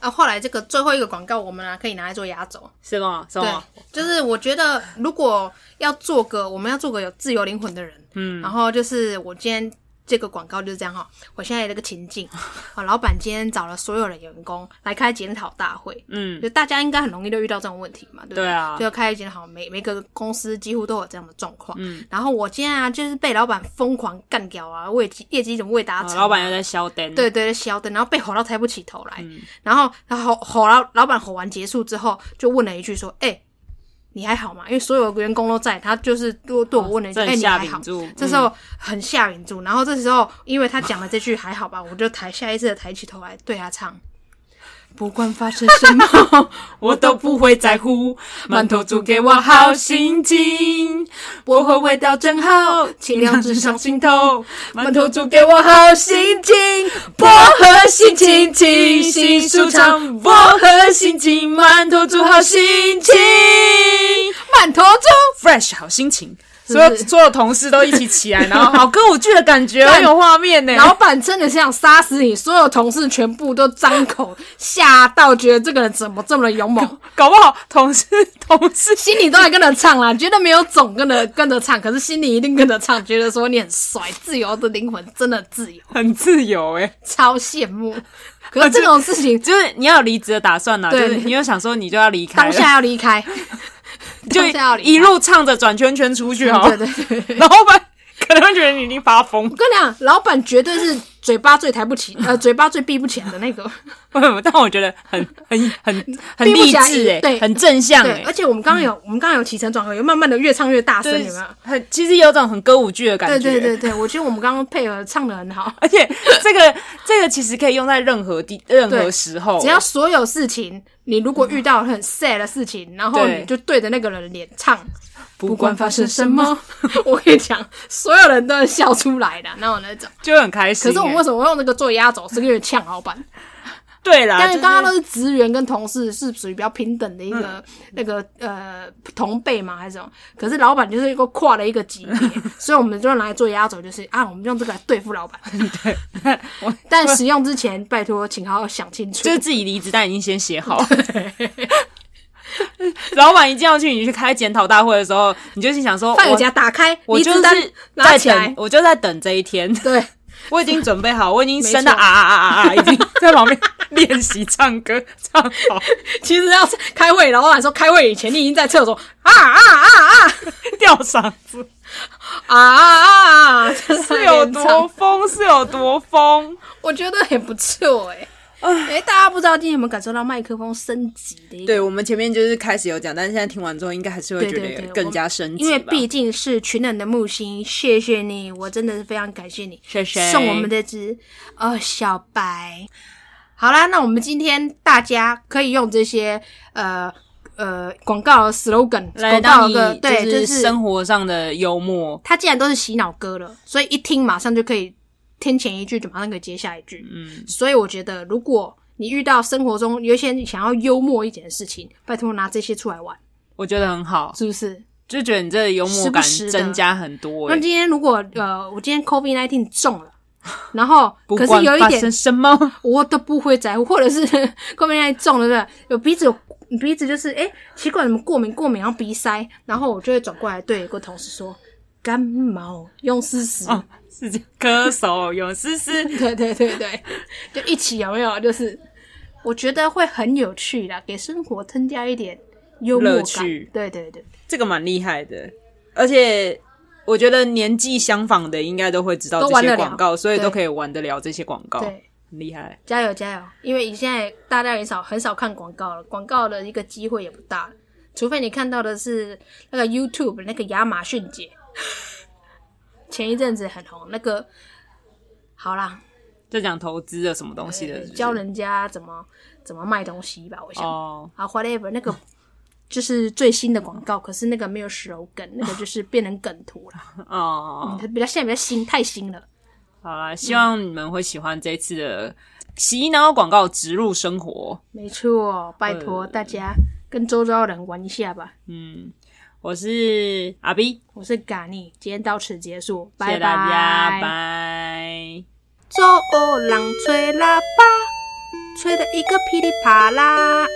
[SPEAKER 1] 啊！后来这个最后一个广告，我们啊可以拿来做压轴。
[SPEAKER 2] 是吗？啊是
[SPEAKER 1] 对
[SPEAKER 2] 吗？，
[SPEAKER 1] 就是我觉得如果要做个，我们要做个有自由灵魂的人，嗯，然后就是我今天。这个广告就是这样哈，我现在有这个情境，啊，老板今天找了所有的员工来开检讨大会，
[SPEAKER 2] 嗯，
[SPEAKER 1] 就大家应该很容易就遇到这种问题嘛，对不对？
[SPEAKER 2] 对啊
[SPEAKER 1] 就开一间好，每每个公司几乎都有这样的状况。嗯，然后我今天啊，就是被老板疯狂干掉啊，为业绩怎么未达成、啊
[SPEAKER 2] 老板又在消灯，
[SPEAKER 1] 对对对，小的，然后被吼到抬不起头来，然后他吼吼老老板吼完结束之后，就问了一句说：“哎、你还好吗？”因为所有员工都在，他就是对对我问了一句：“
[SPEAKER 2] 这
[SPEAKER 1] 哎、
[SPEAKER 2] 很
[SPEAKER 1] 你
[SPEAKER 2] 下嗯
[SPEAKER 1] 还好
[SPEAKER 2] 秉烛
[SPEAKER 1] 这时候很下云柱，然后这时候因为他讲了这句“还好吧”，我就抬下意识的抬起头来对他唱：“
[SPEAKER 2] 不管发生什 [laughs] 么，我都不会在乎。馒头煮给我好心情，薄荷味道真好，清凉直上心头。馒头煮给我好心情，薄荷心情清新舒畅，薄荷心情，馒头煮好心情
[SPEAKER 1] 满头猪，
[SPEAKER 2] ，fresh 好心情。
[SPEAKER 1] 是
[SPEAKER 2] 所
[SPEAKER 1] 不是
[SPEAKER 2] 有所有同事都一起起 [laughs] 来，然后好歌舞剧的感 [laughs] 觉，很有画面呢。
[SPEAKER 1] 老板真的想杀死你，所有同事全部都张口吓到，觉得这个人怎么这么的勇猛， [laughs]
[SPEAKER 2] 搞不好同事同事
[SPEAKER 1] 心里都在跟着唱啦，觉得没有种跟着跟着唱，可是心里一定跟着唱，觉得说你很帅，自由的灵魂真的自由，欸
[SPEAKER 2] 很自由哎、
[SPEAKER 1] 超羡
[SPEAKER 2] [laughs]
[SPEAKER 1] 慕。可是这种事情
[SPEAKER 2] 就是你要有离职的打算啦，啊就
[SPEAKER 1] 对
[SPEAKER 2] 是你有想说你就要离开
[SPEAKER 1] 当
[SPEAKER 2] 了，
[SPEAKER 1] 下要离开，
[SPEAKER 2] [laughs] 就
[SPEAKER 1] 当下要离开
[SPEAKER 2] 一路唱着转圈圈出去哦
[SPEAKER 1] 嗯对。对对。
[SPEAKER 2] [laughs] 老板可能会觉得你已经发疯
[SPEAKER 1] 我，跟你讲，老板绝对是嘴巴最抬不起，
[SPEAKER 2] [laughs]
[SPEAKER 1] 呃，嘴巴最闭不起来的那个。
[SPEAKER 2] 但我觉得很很很很
[SPEAKER 1] 并不
[SPEAKER 2] 励
[SPEAKER 1] 想
[SPEAKER 2] 志哎、
[SPEAKER 1] 对
[SPEAKER 2] 很正向哎、
[SPEAKER 1] 对，而且我们刚刚有，我们刚刚有起承转合，有慢慢的越唱越大声，
[SPEAKER 2] 对
[SPEAKER 1] 有没有？
[SPEAKER 2] 欸很其实有种很歌舞剧的感
[SPEAKER 1] 对
[SPEAKER 2] 觉。
[SPEAKER 1] 对对对，我觉得我们刚刚配合唱的很
[SPEAKER 2] [laughs]
[SPEAKER 1] 好。
[SPEAKER 2] 而且这个这个其实可以用在任何地任何时候，欸
[SPEAKER 1] 只要所有事情，你如果遇到很 sad 的事情，然后
[SPEAKER 2] 对
[SPEAKER 1] 你就对着那个人的脸唱，
[SPEAKER 2] 不
[SPEAKER 1] 不管发生什么，我跟你讲，所有人都是笑出来的，那我那种。
[SPEAKER 2] 就很开心
[SPEAKER 1] [laughs] 可
[SPEAKER 2] 欸、
[SPEAKER 1] 是我为什么用那个做压轴，是因为呛老板。
[SPEAKER 2] 对啦，
[SPEAKER 1] 啊但是刚刚
[SPEAKER 2] 就
[SPEAKER 1] 都是职员跟同事是属于比较平等的一个、那个呃同辈嘛，还是什么？可是老板就是一个跨了一个 [laughs] 级别，所以我们就拿来做压轴，就是啊，我们用这个来 [laughs] 对付老板。对，但使用之前，拜托请好好想清楚
[SPEAKER 2] 就。是自己离职单已经先写好。老板一叫去你去开检讨大会的时候，你就心想说：“
[SPEAKER 1] 范友
[SPEAKER 2] 我
[SPEAKER 1] 家打开，
[SPEAKER 2] 我
[SPEAKER 1] 离
[SPEAKER 2] 就
[SPEAKER 1] 职单
[SPEAKER 2] 是
[SPEAKER 1] 拿
[SPEAKER 2] 在
[SPEAKER 1] 起来
[SPEAKER 2] 等，。我就在等这一天，
[SPEAKER 1] 对，
[SPEAKER 2] 我已经准备好，我已经
[SPEAKER 1] 没
[SPEAKER 2] 生的
[SPEAKER 1] 错
[SPEAKER 2] 啊啊啊啊啊，已 [laughs] 经在旁边练习唱歌唱好，
[SPEAKER 1] 其实要是开会，老板说开会以前你已经在厕所啊啊啊啊
[SPEAKER 2] 吊 [laughs] 嗓子
[SPEAKER 1] 啊啊啊，是
[SPEAKER 2] 是有多疯，是有多疯。
[SPEAKER 1] 我觉得很不错哎、哎、大家不知道今天有没有感受到麦克风升级的一个？
[SPEAKER 2] 对我们前面就是开始有讲，但是现在听完之后，应该还是会
[SPEAKER 1] 对对对
[SPEAKER 2] 升
[SPEAKER 1] 因为
[SPEAKER 2] 吧
[SPEAKER 1] 毕竟是群人的木星，谢谢你，我真的是非常感谢你，
[SPEAKER 2] 谢谢
[SPEAKER 1] 送我们这只哦小白。好啦，那我们今天大家可以用这些呃呃广告的 slogan
[SPEAKER 2] 来
[SPEAKER 1] 广告
[SPEAKER 2] 到
[SPEAKER 1] 的
[SPEAKER 2] 你
[SPEAKER 1] 歌对，
[SPEAKER 2] 就是
[SPEAKER 1] 是
[SPEAKER 2] 生活上的幽默，
[SPEAKER 1] 它既然都是洗脑歌了，所以一听马上就可以听前一句，就马上可以接下一句。
[SPEAKER 2] 嗯，
[SPEAKER 1] 所以我觉得，如果你遇到生活中有一些你想要幽默一点的事情，拜托拿这些出来玩，
[SPEAKER 2] 我觉得很好。
[SPEAKER 1] 是不是？
[SPEAKER 2] 就觉得你这个幽默
[SPEAKER 1] 时不
[SPEAKER 2] 感
[SPEAKER 1] 时的
[SPEAKER 2] 增加很多、欸。
[SPEAKER 1] 那今天如果呃，我今天 COVID nineteen 中了，然后
[SPEAKER 2] [laughs] 不
[SPEAKER 1] 可
[SPEAKER 2] 管
[SPEAKER 1] 是有一
[SPEAKER 2] 发
[SPEAKER 1] 点
[SPEAKER 2] 生什
[SPEAKER 1] [laughs]
[SPEAKER 2] 么，
[SPEAKER 1] 我都不会在乎，或者是 [laughs] COVID nineteen 中了，对不对？有鼻子有。鼻子就是哎、奇怪，怎么过敏？过敏，然后鼻塞，然后我就会转过来对一个同事说：“感冒，用试试。
[SPEAKER 2] 哦，是这样歌手有思思，
[SPEAKER 1] [laughs] 对对对对，就一起有没有？就是我觉得会很有趣啦，给生活增加一点幽默
[SPEAKER 2] 乐
[SPEAKER 1] 感。
[SPEAKER 2] 趣
[SPEAKER 1] 对对对，
[SPEAKER 2] 这个蛮厉害的，而且。我觉得年纪相仿的应该都会知道
[SPEAKER 1] 都
[SPEAKER 2] 这
[SPEAKER 1] 玩得了
[SPEAKER 2] 些广告，所以
[SPEAKER 1] 对
[SPEAKER 2] 都可以玩得了这些广告，
[SPEAKER 1] 对，
[SPEAKER 2] 很厉害。
[SPEAKER 1] 加油加油！因为你现在大家也少很少看广告了，广告的一个机会也不大，除非你看到的是那个 YouTube 那个亚马逊姐，前一阵子很红那个。好啦，
[SPEAKER 2] 在讲投资的什么东西的，是不是
[SPEAKER 1] 教人家怎么怎么卖东西吧，我想。
[SPEAKER 2] 哦，
[SPEAKER 1] 啊，whatever，那个就是最新的广告，可是那个没有石油梗，那个就是变成梗图了。
[SPEAKER 2] 哦，
[SPEAKER 1] 它比较现在比较新，太新了。
[SPEAKER 2] 好啦，希望你们会喜欢这次的洗脑广告植入生活。
[SPEAKER 1] 没错，拜
[SPEAKER 2] 呃
[SPEAKER 1] 托大家跟周遭人玩一下吧。
[SPEAKER 2] 嗯，我是阿 B，
[SPEAKER 1] 我是嘎尼，今天到此结束，
[SPEAKER 2] 谢
[SPEAKER 1] 拜
[SPEAKER 2] 谢大家，
[SPEAKER 1] 拜。
[SPEAKER 2] 拜。
[SPEAKER 1] 周二人吹喇叭，吹得一个噼里啪啦。